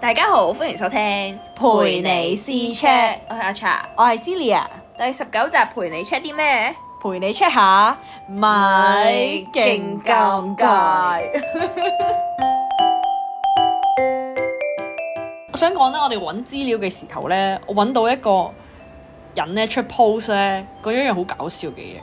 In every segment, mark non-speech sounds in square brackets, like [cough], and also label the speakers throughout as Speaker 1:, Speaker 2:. Speaker 1: 大家好，歡迎收聽
Speaker 2: 陪你私 check
Speaker 1: 我係阿茶，
Speaker 2: 我係 Celia，
Speaker 1: 第十九集陪你 check 啲咩？
Speaker 2: 陪你 check 下，咪勁尷尬。我想講咧，我哋揾資料嘅時候咧，我揾到一個人咧出 post 咧，嗰一樣好搞笑嘅嘢，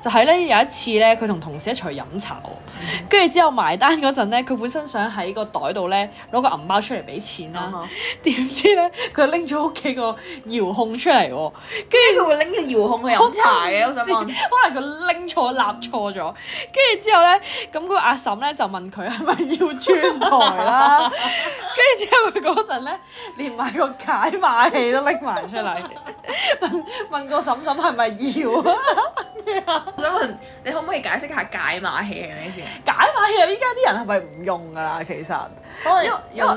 Speaker 2: 就係咧有一次咧，佢同同事一齊去飲茶喎，跟住之後埋單嗰陣咧，佢本身想喺個袋度咧攞個銀包出嚟俾錢
Speaker 1: 啊
Speaker 2: 啦，點知咧佢拎咗屋企個遙控出嚟喎，
Speaker 1: 跟住佢會拎個遙控去飲茶嘅，我想
Speaker 2: 知
Speaker 1: 問。
Speaker 2: 可能佢拎錯、立錯咗，跟住之後咧，咁個阿嬸咧就問佢係咪要轉台 [laughs] 啦，跟住之後佢嗰陣咧，連埋個解碼器都拎埋出嚟， [laughs] 問問個嬸嬸係咪要啊？
Speaker 1: 我想問你可唔可以解釋下解碼器係咩先？
Speaker 2: 解碼器啊，依家啲人係咪唔用噶啦？其實
Speaker 1: 可能
Speaker 2: 因為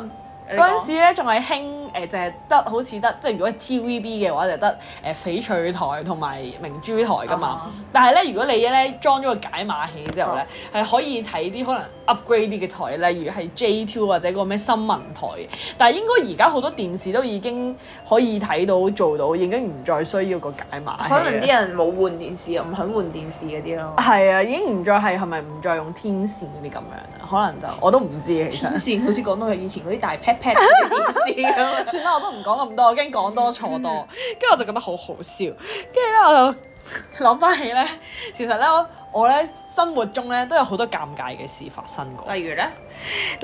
Speaker 2: 嗰陣時咧仲係興誒，淨係得好似得，即係如果係 TVB 嘅話就得誒翡翠台同埋明珠台噶嘛。
Speaker 1: 啊
Speaker 2: 但係咧，如果你咧裝咗個解碼器之後咧
Speaker 1: 啊，
Speaker 2: 係、可以睇啲可能 upgrade 啲嘅台，例如係 J2 或者個咩新聞台。但係應該而家好多電視都已經可以睇到做到，已經唔再需要個解碼器啦。啊
Speaker 1: 可能啲人冇換電視，唔肯換電視嗰啲咯。
Speaker 2: 係啊，已經唔再係係咪唔再用天線嗰啲咁樣啦？可能就我都唔知其實。
Speaker 1: 線好似講到係以前嗰啲大 pat pat 嗰啲電視咁。
Speaker 2: 算啦，我都唔講咁多，我驚講多錯多，跟住我就覺得好好笑。跟住咧，我就諗翻起咧，其實咧，我我咧生活中咧都有好多尷尬嘅事發生過。
Speaker 1: [laughs] 例如咧，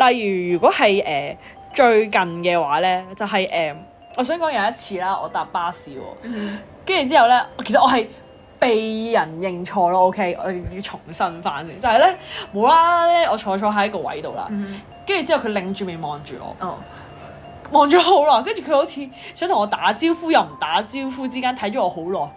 Speaker 2: 例如，如果係誒、呃最近嘅話咧，就係、呃我想講有一次啦，我搭巴士喎，跟住之後咧，其實我係被人認錯咯。OK，我要重申翻先，就係咧無啦啦咧，我坐坐喺個位度
Speaker 1: 嗯
Speaker 2: 啦，跟住之後佢擰住面望住我。
Speaker 1: 哦，
Speaker 2: 望咗好耐，跟住佢好似想同我打招呼又唔打招呼之間睇咗我好耐，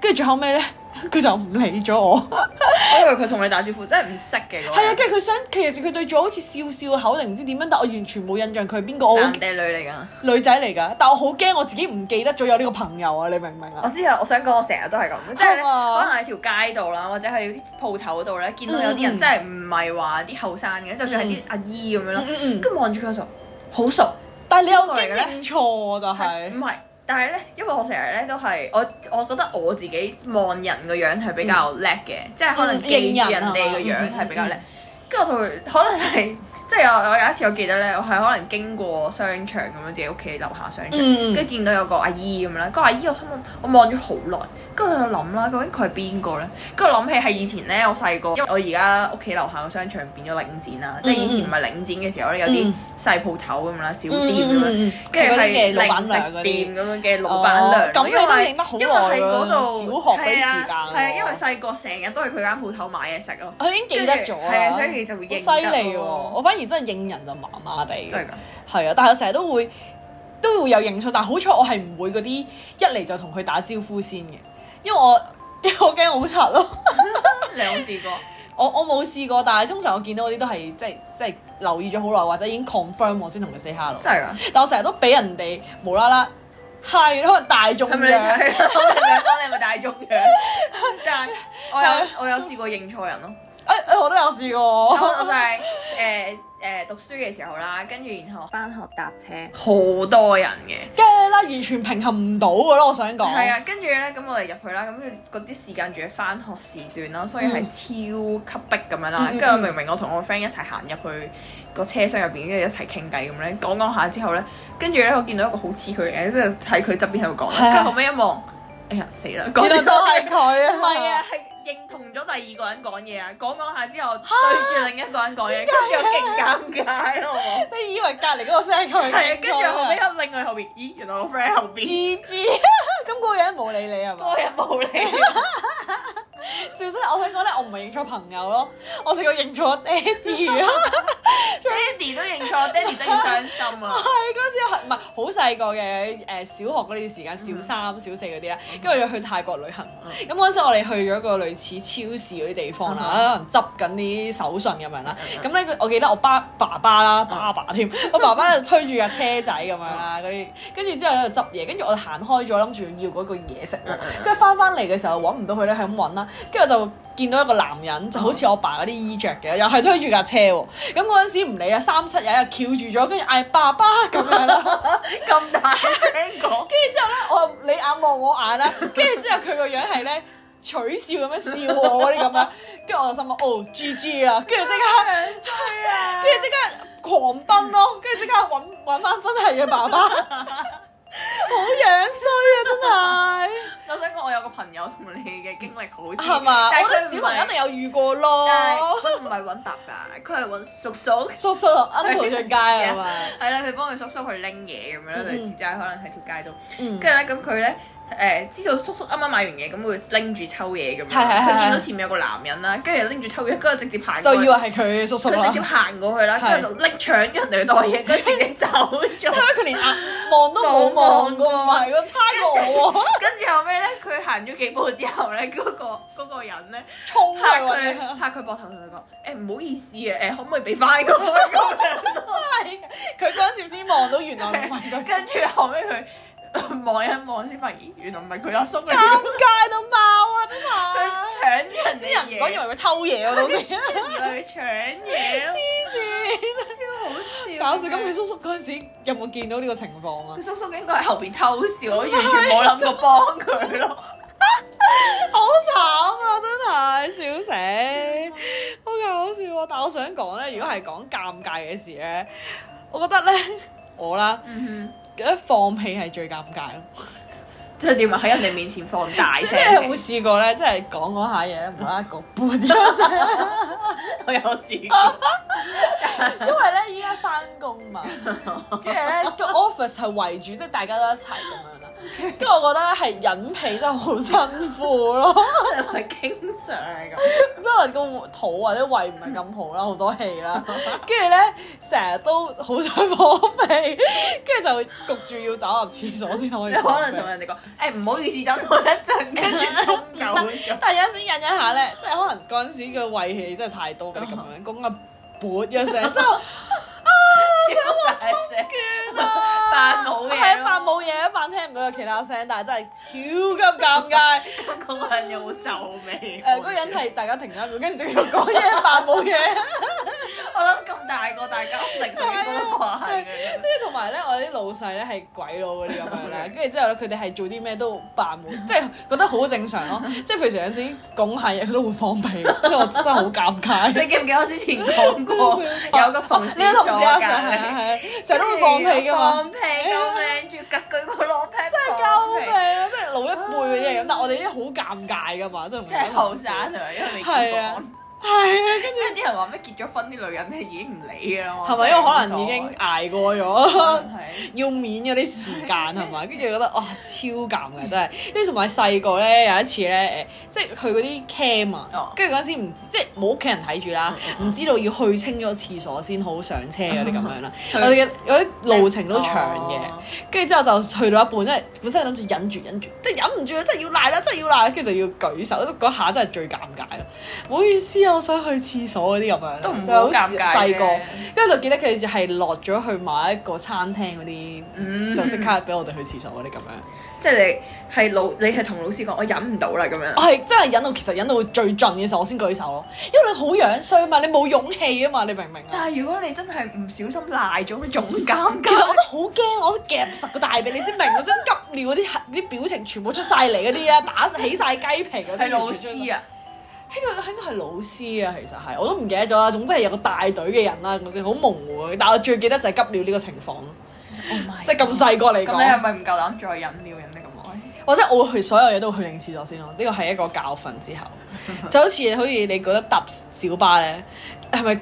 Speaker 2: 跟住最後尾咧，佢就唔理咗我。
Speaker 1: 啊我以為佢同你打招呼，真係唔識嘅。
Speaker 2: 係啊，跟住佢想，其實佢對住我好似笑笑口定唔知點樣，但我完全冇印象佢係邊個。我好
Speaker 1: 男定女嚟㗎。
Speaker 2: 女仔嚟㗎，但我好驚我自己唔記得咗有呢個朋友啊！你明唔明
Speaker 1: 我
Speaker 2: 啊？
Speaker 1: 知啊，我想講我成日都係咁，即係咧，
Speaker 2: 係嘛
Speaker 1: 可能喺條街度啦，或者喺啲鋪頭度咧，見到有啲
Speaker 2: 嗯
Speaker 1: 人真係唔係話啲後生嘅，就算係啲阿姨咁樣啦
Speaker 2: 嗯，嗯嗯
Speaker 1: 跟住望住佢就好熟，
Speaker 2: 但係你有
Speaker 1: 邊個嚟嘅
Speaker 2: 驚
Speaker 1: 咧
Speaker 2: 認錯就係、
Speaker 1: 唔係？但係咧，因為我成日咧都係我，我覺得我自己望人個樣係比較叻嘅，即係可能
Speaker 2: 嗯
Speaker 1: 記住
Speaker 2: 認
Speaker 1: 人
Speaker 2: 人
Speaker 1: 哋個
Speaker 2: 係
Speaker 1: 樣
Speaker 2: 嘛
Speaker 1: 係比較叻
Speaker 2: 嗯。
Speaker 1: 跟住我就會可能係 [laughs] 即係我我有一次我記得咧，我係可能經過商場咁樣自己屋企樓下商場，
Speaker 2: 嗯嗯
Speaker 1: 跟住見到有個阿姨咁樣啦，個阿姨我心諗我望咗好耐，跟住我就諗啦，究竟佢係邊個咧？跟住我諗起係以前咧，我細個，因為我而家屋企樓下個商場變咗領展啦，即係以前唔係領展嘅時候咧，有啲
Speaker 2: 嗯
Speaker 1: 細鋪頭咁樣啦，小
Speaker 2: 嗯
Speaker 1: 店咁
Speaker 2: 嗯嗯
Speaker 1: 樣
Speaker 2: 嗯，
Speaker 1: 跟住
Speaker 2: 嗰啲
Speaker 1: 係
Speaker 2: 嘅
Speaker 1: 零
Speaker 2: 老闆娘
Speaker 1: 食
Speaker 2: 嗰啲
Speaker 1: 店咁樣嘅老闆
Speaker 2: 哦
Speaker 1: 娘，
Speaker 2: 咁你都
Speaker 1: 因為
Speaker 2: 認得好
Speaker 1: 因為喺
Speaker 2: 耐
Speaker 1: 嗰
Speaker 2: 啦
Speaker 1: 度
Speaker 2: 小學嗰啲
Speaker 1: 係啊
Speaker 2: 時間喎
Speaker 1: 係啊，因為細個成日都係佢間鋪頭買嘢食咯。
Speaker 2: 我已經記得咗啦，
Speaker 1: 係啊所以就會認得
Speaker 2: 好犀利喎！
Speaker 1: 咯
Speaker 2: 我反而真係認人就麻麻地嘅，
Speaker 1: 真係㗎
Speaker 2: 係啊，但係我成日都會都會有認錯，但係好彩我係唔會嗰啲一嚟就同佢打招呼先嘅，因為我 [laughs] 因為我驚我好柒咯。
Speaker 1: 你有冇試過？
Speaker 2: 我我冇試過，但係通常我見到嗰啲都係即係即係留意咗好耐，或者已經 confirm 我先同佢 say hello。
Speaker 1: 真係㗎？
Speaker 2: 但我成日都俾人哋無啦啦 hi，可能大眾
Speaker 1: 係咪你睇？
Speaker 2: 嘅，哎 [laughs]
Speaker 1: 我同你講你係咪大眾嘅？但係我
Speaker 2: 啊
Speaker 1: 有我有試過認錯人咯。
Speaker 2: 誒哎誒我都有試過，
Speaker 1: 我我就係誒誒讀書嘅時候啦，跟住然後翻學搭車，好多人嘅。
Speaker 2: 梗係啦，完全平衡唔到嘅咯，我想講。
Speaker 1: 係啊，跟住咧，咁我哋入去啦，咁嗰啲時間仲要翻學時段啦，所以係超級逼咁樣啦。
Speaker 2: 嗯嗯嗯
Speaker 1: 跟住、我明明我同我 friend 一齊行入去個車廂入邊，跟住一齊傾偈咁咧，講講下之後咧，跟住咧我見到一個好似佢嘅，即係喺佢側邊喺度
Speaker 2: [laughs]
Speaker 1: 講，
Speaker 2: 係啊
Speaker 1: 跟住後尾一望，哎呀死啦！講
Speaker 2: 原來就係佢
Speaker 1: [laughs]
Speaker 2: 啊，
Speaker 1: 唔係啊，係認同咗第二個人講嘢啊，講講下之
Speaker 2: [laughs]
Speaker 1: 後對住另一個人講嘢，跟
Speaker 2: 啊
Speaker 1: 住我勁尷尬咯，我
Speaker 2: 你以為隔離嗰個聲佢
Speaker 1: 係啊，跟住後
Speaker 2: [laughs]
Speaker 1: 尾我另外後邊，咦原來我 friend 後邊
Speaker 2: G G，咁 [laughs] 嗰個人冇理你係嘛？
Speaker 1: 多人冇 [laughs] 理。
Speaker 2: [laughs] 笑死！我想講咧，我唔係認錯朋友咯，我試過認錯爹哋啊。
Speaker 1: 爹哋都認錯，爹哋真係要傷心
Speaker 2: [laughs]
Speaker 1: 啊！
Speaker 2: 係嗰時係唔係好細個嘅誒小學嗰段時間，小三、小四嗰啲啦，跟住要去泰國旅行。咁嗰陣時我哋去咗個類似超市嗰啲地方啦，可能執緊啲手信咁樣啦。咁咧，我記得我爸爸爸啦，爸爸添，我爸爸咧推住架車仔咁樣啦，嗰啲跟住之後喺度執嘢，跟住我行開咗，諗住要嗰個嘢食喎。跟住翻翻嚟嘅時候揾唔到佢咧，係咁揾啦，跟住我就見到一個男人就好似我爸嗰啲衣着嘅，又係推住架車喎。咁嗰陣時唔理啊，三七有一日翹住咗，跟住嗌爸爸咁樣啦。
Speaker 1: [laughs] 咁大聲講，
Speaker 2: 跟住之後咧，我你眼望我眼啦，跟住之後佢個樣係咧取笑咁樣笑我嗰啲咁樣，跟住我就心諗哦 G G 啦，跟住即
Speaker 1: 樣
Speaker 2: 刻，
Speaker 1: 衰啊
Speaker 2: 跟住即刻狂奔咯，跟住即刻揾揾翻真係嘅爸爸，好樣衰啊
Speaker 1: 我想講，我有個朋友同你嘅經歷好似，
Speaker 2: 真係，係嘛？我
Speaker 1: 但係
Speaker 2: 覺得
Speaker 1: 佢
Speaker 2: 小
Speaker 1: 唔
Speaker 2: 朋友一定
Speaker 1: 係，
Speaker 2: 有遇過咯，
Speaker 1: 但係佢唔係揾搭㗎，佢係揾叔叔。
Speaker 2: 叔叔 uncle 出街啊嘛，
Speaker 1: 係啦，佢幫佢叔叔去拎嘢咁樣啦，
Speaker 2: 嗯
Speaker 1: 類似就係可能喺條街度。
Speaker 2: 嗯
Speaker 1: 跟住，咧，咁佢咧誒知道叔叔啱啱買完嘢，咁會拎住抽嘢咁樣。
Speaker 2: 係係係
Speaker 1: 佢見到前面有個男人啦，跟住拎住抽嘢，跟住直接行過
Speaker 2: 就
Speaker 1: 去。
Speaker 2: 以為係佢叔叔
Speaker 1: 佢
Speaker 2: 啦
Speaker 1: 直接。行過去啦，
Speaker 2: 係
Speaker 1: 跟住就拎搶咗人哋嘅袋嘢，跟住自己走
Speaker 2: 即係
Speaker 1: 咗。
Speaker 2: 佢連眼望都冇望過，唔係喎，猜我喎，
Speaker 1: 跟住後尾咧，佢行咗幾步之後咧，嗰個嗰個人咧。
Speaker 2: 衝
Speaker 1: 拍
Speaker 2: 佢
Speaker 1: 佢
Speaker 2: 喎！
Speaker 1: 拍佢膊頭同佢講：誒唔好意思啊，誒可唔可以俾翻個咁樣？
Speaker 2: 佢嗰陣時先望到原來唔係咁，
Speaker 1: [laughs] 跟住後尾佢 [laughs] 望一望先發現，咦原來唔係佢阿叔嚟
Speaker 2: 尷
Speaker 1: 嘅，
Speaker 2: 尬到爆啊！真
Speaker 1: 佢
Speaker 2: 係，
Speaker 1: 搶人
Speaker 2: 啲人
Speaker 1: 哋
Speaker 2: 唔講以
Speaker 1: 嘢，
Speaker 2: 為佢偷嘢喎，到時黐 [laughs]
Speaker 1: 佢搶嘢咯，
Speaker 2: 線，
Speaker 1: 超好笑。
Speaker 2: 搞笑！咁佢叔叔嗰陣時有冇見到呢個情況啊
Speaker 1: 佢？叔叔應該喺後邊偷笑，我完全冇諗過幫佢
Speaker 2: [laughs]
Speaker 1: 咯。
Speaker 2: [laughs] 好慘啊！真係笑死，好搞笑啊！但我想講咧，如果係講尷尬嘅事咧，我覺得咧我啦，
Speaker 1: 嗯
Speaker 2: 覺得放屁係最尷尬咯。
Speaker 1: 哼，即係點啊？喺人哋面前放大
Speaker 2: 即
Speaker 1: 聲
Speaker 2: 係你有
Speaker 1: 嘅，
Speaker 2: 冇試過咧？即係講嗰下嘢咧，無啦啦講半聲。
Speaker 1: [laughs] 我有試過。
Speaker 2: 因為咧依家翻工嘛，跟住咧個 office 係圍住，即係大家都一齊咁樣啦。跟住我覺得咧係忍屁真係好辛苦咯，
Speaker 1: 你係咪經常係咁？
Speaker 2: 即係個肚或者胃唔係咁好啦，好多氣啦。跟住咧成日都好想放屁，跟住就焗住要走入廁所先可
Speaker 1: 你
Speaker 2: 以放屁。
Speaker 1: 可能同人哋講：誒唔好意思，等我一
Speaker 2: [laughs]
Speaker 1: 陣，跟住衝走咗。
Speaker 2: 但係有陣時忍一下咧，即係可能嗰陣時嘅胃氣真係太多嗰啲咁樣，講啊噗一
Speaker 1: [laughs]
Speaker 2: 聲，真係
Speaker 1: 大隻， [laughs] 扮冇嘢，
Speaker 2: 係
Speaker 1: [laughs]
Speaker 2: 扮，冇嘢，扮聽唔到有其他聲，但係真係超級尷
Speaker 1: [laughs]
Speaker 2: 尬。
Speaker 1: 咁嗰個人有冇皺味？
Speaker 2: 誒嗰個人係大家停咗一秒，跟住仲要講嘢扮冇嘢，
Speaker 1: 我諗咁大個，大家成熟嘅都慣嘅。
Speaker 2: 跟住同埋咧，我啲老細咧係鬼佬嗰啲咁
Speaker 1: [laughs]
Speaker 2: 樣啦，跟住之後咧，佢哋係做啲咩都扮冇，即係覺得好正常
Speaker 1: [laughs]
Speaker 2: 咯。即係譬如有陣時講下嘢，佢都會放屁，跟住我真係好尷
Speaker 1: [laughs]
Speaker 2: 尬。
Speaker 1: 你記唔記得我之前講
Speaker 2: [laughs]
Speaker 1: 過 [laughs] 有個同事
Speaker 2: 你啲同事啊，
Speaker 1: 啊，
Speaker 2: 成係係係成日都會放屁噶
Speaker 1: [laughs]
Speaker 2: 嘛。
Speaker 1: 放屁救命！仲要拮佢個攞屁，真
Speaker 2: 真係救命！啊！即係老一輩嗰啲係咁，但係我哋啲好尷尬噶嘛，即係
Speaker 1: 即係後生啊，因為未
Speaker 2: 係
Speaker 1: 結
Speaker 2: 啊
Speaker 1: 過婚。
Speaker 2: 係啊，
Speaker 1: 跟住啲人話咩結咗婚啲女人係已經唔理嘅啦。
Speaker 2: 係咪因為可能已 [laughs] 經捱過咗？
Speaker 1: 係
Speaker 2: 要面嗰啲時間
Speaker 1: [laughs]
Speaker 2: 係嘛，跟住覺得哇超尷尬真係，跟住同埋細個咧有一次咧誒，即係去嗰啲 cam 啊
Speaker 1: 哦，
Speaker 2: 跟住嗰陣時唔即係冇屋企人睇住啦，唔知道要去清咗廁所先好上車嗰啲咁樣
Speaker 1: [laughs]
Speaker 2: 啦，我
Speaker 1: 嗯
Speaker 2: 哋嘅嗰啲路程都長嘅
Speaker 1: 哦，
Speaker 2: 跟住之後就去到一半，即係本身諗住忍住忍住，即係忍唔住啦，真係要賴啦，真係要賴啦，跟住就要舉手，嗰下真係最尷尬啦，唔好意思啊，我想去廁所嗰啲咁樣啦，
Speaker 1: 都唔會
Speaker 2: 就係
Speaker 1: 好尷尬
Speaker 2: 細個
Speaker 1: 啫。
Speaker 2: 跟住就記得佢就係落咗去買一個餐廳嗰啲，
Speaker 1: 嗯
Speaker 2: 就即刻俾我哋去廁所嗰啲咁樣。
Speaker 1: 即係你係老，你係同老師講我忍唔到啦咁樣
Speaker 2: 我。係真係忍到其實忍到最盡嘅時候，我先舉手咯，因為你好樣衰嘛，你冇勇氣啊嘛，你明唔明啊？
Speaker 1: 但係如果你真係唔小心賴咗，仲尷 [laughs]
Speaker 2: 其實
Speaker 1: 尬。
Speaker 2: 我都好驚，我都夾實個大髀，你知唔明嗰張急尿嗰啲啲表情全部出晒嚟嗰啲啊，打起晒雞皮嗰啲。
Speaker 1: 係老師
Speaker 2: 啊，
Speaker 1: 啊，
Speaker 2: 應該應該係老師啊，其實係我都唔記得咗啦。啊總之係有個大隊嘅人啦，我哋好模糊啊嘅，但係我最記得就係急尿呢個情況咯，
Speaker 1: Oh
Speaker 2: 即係咁細個嚟
Speaker 1: 咁你係
Speaker 2: 講，
Speaker 1: 咪唔夠膽再忍尿忍得咁耐？
Speaker 2: 或者我會去所有嘢都會去定廁所先咯。呢個係一個教訓
Speaker 1: [laughs]
Speaker 2: 之後，就好似好似你覺得搭小巴咧，係咪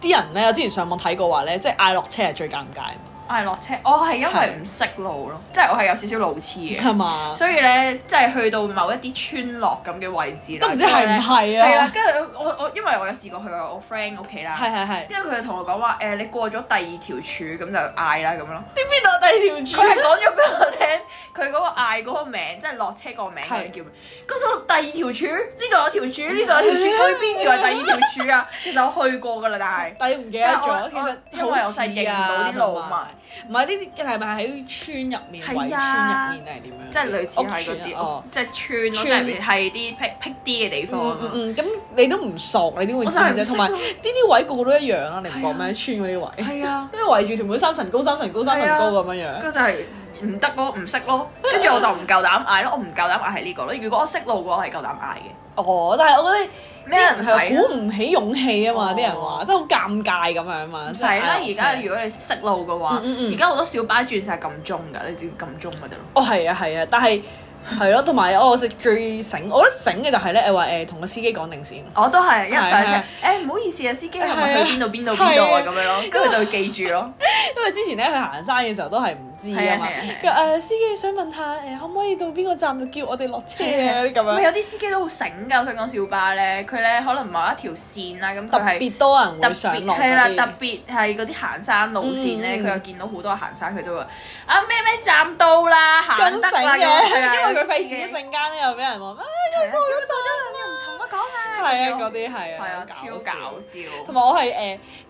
Speaker 2: 啲人咧？我之前上網睇過話咧，即係嗌落車係最尷尬
Speaker 1: 嗌落車，我係因為唔識路咯，即係我係有少少路痴 [laughs] 嘅，
Speaker 2: 係嘛？
Speaker 1: 所以咧即係去到某一啲村落咁嘅位置啦
Speaker 2: 都唔知係唔係
Speaker 1: 係啦
Speaker 2: 啊，？
Speaker 1: 跟住我我因為我有試過去我 friend 屋企啦，
Speaker 2: 係係係。
Speaker 1: 跟住佢就同我講話誒，你過咗第二條柱咁就嗌啦咁樣咯。
Speaker 2: 啲邊度第二
Speaker 1: 佢
Speaker 2: 條
Speaker 1: 係 [laughs] 講咗俾我聽，佢嗰個嗌嗰個名，即係落車個名
Speaker 2: 係
Speaker 1: 咁樣叫名。跟住我第二條柱，呢度有條柱，呢度有條柱，究竟邊條係第二條柱啊？其實我去過㗎啦，但係
Speaker 2: 但係唔記得
Speaker 1: 但係我
Speaker 2: 咗，其實
Speaker 1: 因為我細
Speaker 2: 好似
Speaker 1: 認唔
Speaker 2: 啊
Speaker 1: 到啲路嘛，
Speaker 2: 唔係呢啲係咪喺村入面、圍
Speaker 1: 係啊
Speaker 2: 村入面定係點樣？
Speaker 1: 即係類似係嗰
Speaker 2: 屋村
Speaker 1: 啲
Speaker 2: 啊哦
Speaker 1: 屋，即係村咯，即
Speaker 2: 村
Speaker 1: 係係啲僻僻啲嘅地方
Speaker 2: 嗯
Speaker 1: 啊
Speaker 2: 嗯
Speaker 1: 嘛。
Speaker 2: 嗯，咁你都唔熟，你點會知
Speaker 1: 我就係唔
Speaker 2: 啫？
Speaker 1: 識
Speaker 2: 同埋
Speaker 1: 咯
Speaker 2: 呢啲位個個都一樣啊啦，你唔講
Speaker 1: 係
Speaker 2: 咩？村嗰啲位，
Speaker 1: 係啊，
Speaker 2: 都係圍住條妹三層高、三層高、三層高咁樣樣。
Speaker 1: 跟住就係唔得咯，唔識咯，跟住我就唔夠膽嗌咯，我唔夠膽嗌係呢個咯。如果我識路嘅話，我係夠膽嗌嘅。
Speaker 2: 哦，但係我覺得
Speaker 1: 咩人唔使
Speaker 2: 係
Speaker 1: 啦
Speaker 2: 鼓唔起勇氣啊嘛，
Speaker 1: 哦
Speaker 2: 啲人話真係好尷尬咁樣嘛。
Speaker 1: 唔使啦，而家
Speaker 2: 要
Speaker 1: 如果你識路嘅話，
Speaker 2: 嗯嗯嗯
Speaker 1: 而家好多小巴轉晒撳鐘㗎，你只要撳鐘咪得咯。
Speaker 2: 哦係啊係啊，但係係咯，同埋我食最醒，我覺得醒嘅就係咧，誒話誒同個司機講定先。
Speaker 1: [laughs] 我都係一上車
Speaker 2: 係係，
Speaker 1: 誒唔好意思啊，司機係
Speaker 2: 係啊
Speaker 1: 咪去邊度邊度邊度啊
Speaker 2: 係啊
Speaker 1: 咁樣咯，跟住就會記住咯。
Speaker 2: 因為之前咧去行山嘅時候都係唔知啊
Speaker 1: 係啊係
Speaker 2: 嘛
Speaker 1: 啊係啊，
Speaker 2: 佢話誒司機想問下誒可唔可以到邊個站就叫我哋落車
Speaker 1: [laughs]
Speaker 2: 啊嗰啲咁
Speaker 1: 咪
Speaker 2: 樣，
Speaker 1: 有啲司機都好醒㗎，我想講小巴咧，佢咧可能某一條線啦，咁
Speaker 2: 特
Speaker 1: 佢係。
Speaker 2: 別多人
Speaker 1: 特
Speaker 2: 會上
Speaker 1: 別
Speaker 2: 落
Speaker 1: 係啦，
Speaker 2: 嗰
Speaker 1: 特
Speaker 2: 啲。
Speaker 1: 別係嗰啲行山路線咧，
Speaker 2: 嗯
Speaker 1: 佢又見到好多行山，佢就會啊咩咩站到啦，
Speaker 2: 咁
Speaker 1: 行
Speaker 2: 醒
Speaker 1: 得啦，咁
Speaker 2: 嘅，
Speaker 1: 樣
Speaker 2: [laughs] 因為佢費事
Speaker 1: 係
Speaker 2: 一
Speaker 1: 啊
Speaker 2: 陣間咧又俾人話咩，
Speaker 1: 係啊做咗做咗，你唔同我講啊，
Speaker 2: 係
Speaker 1: 咁
Speaker 2: 啊
Speaker 1: 樣
Speaker 2: 嗰啲係
Speaker 1: 係
Speaker 2: 啊，
Speaker 1: 啊，
Speaker 2: 好
Speaker 1: 超
Speaker 2: 笑
Speaker 1: 搞笑，
Speaker 2: 同埋我係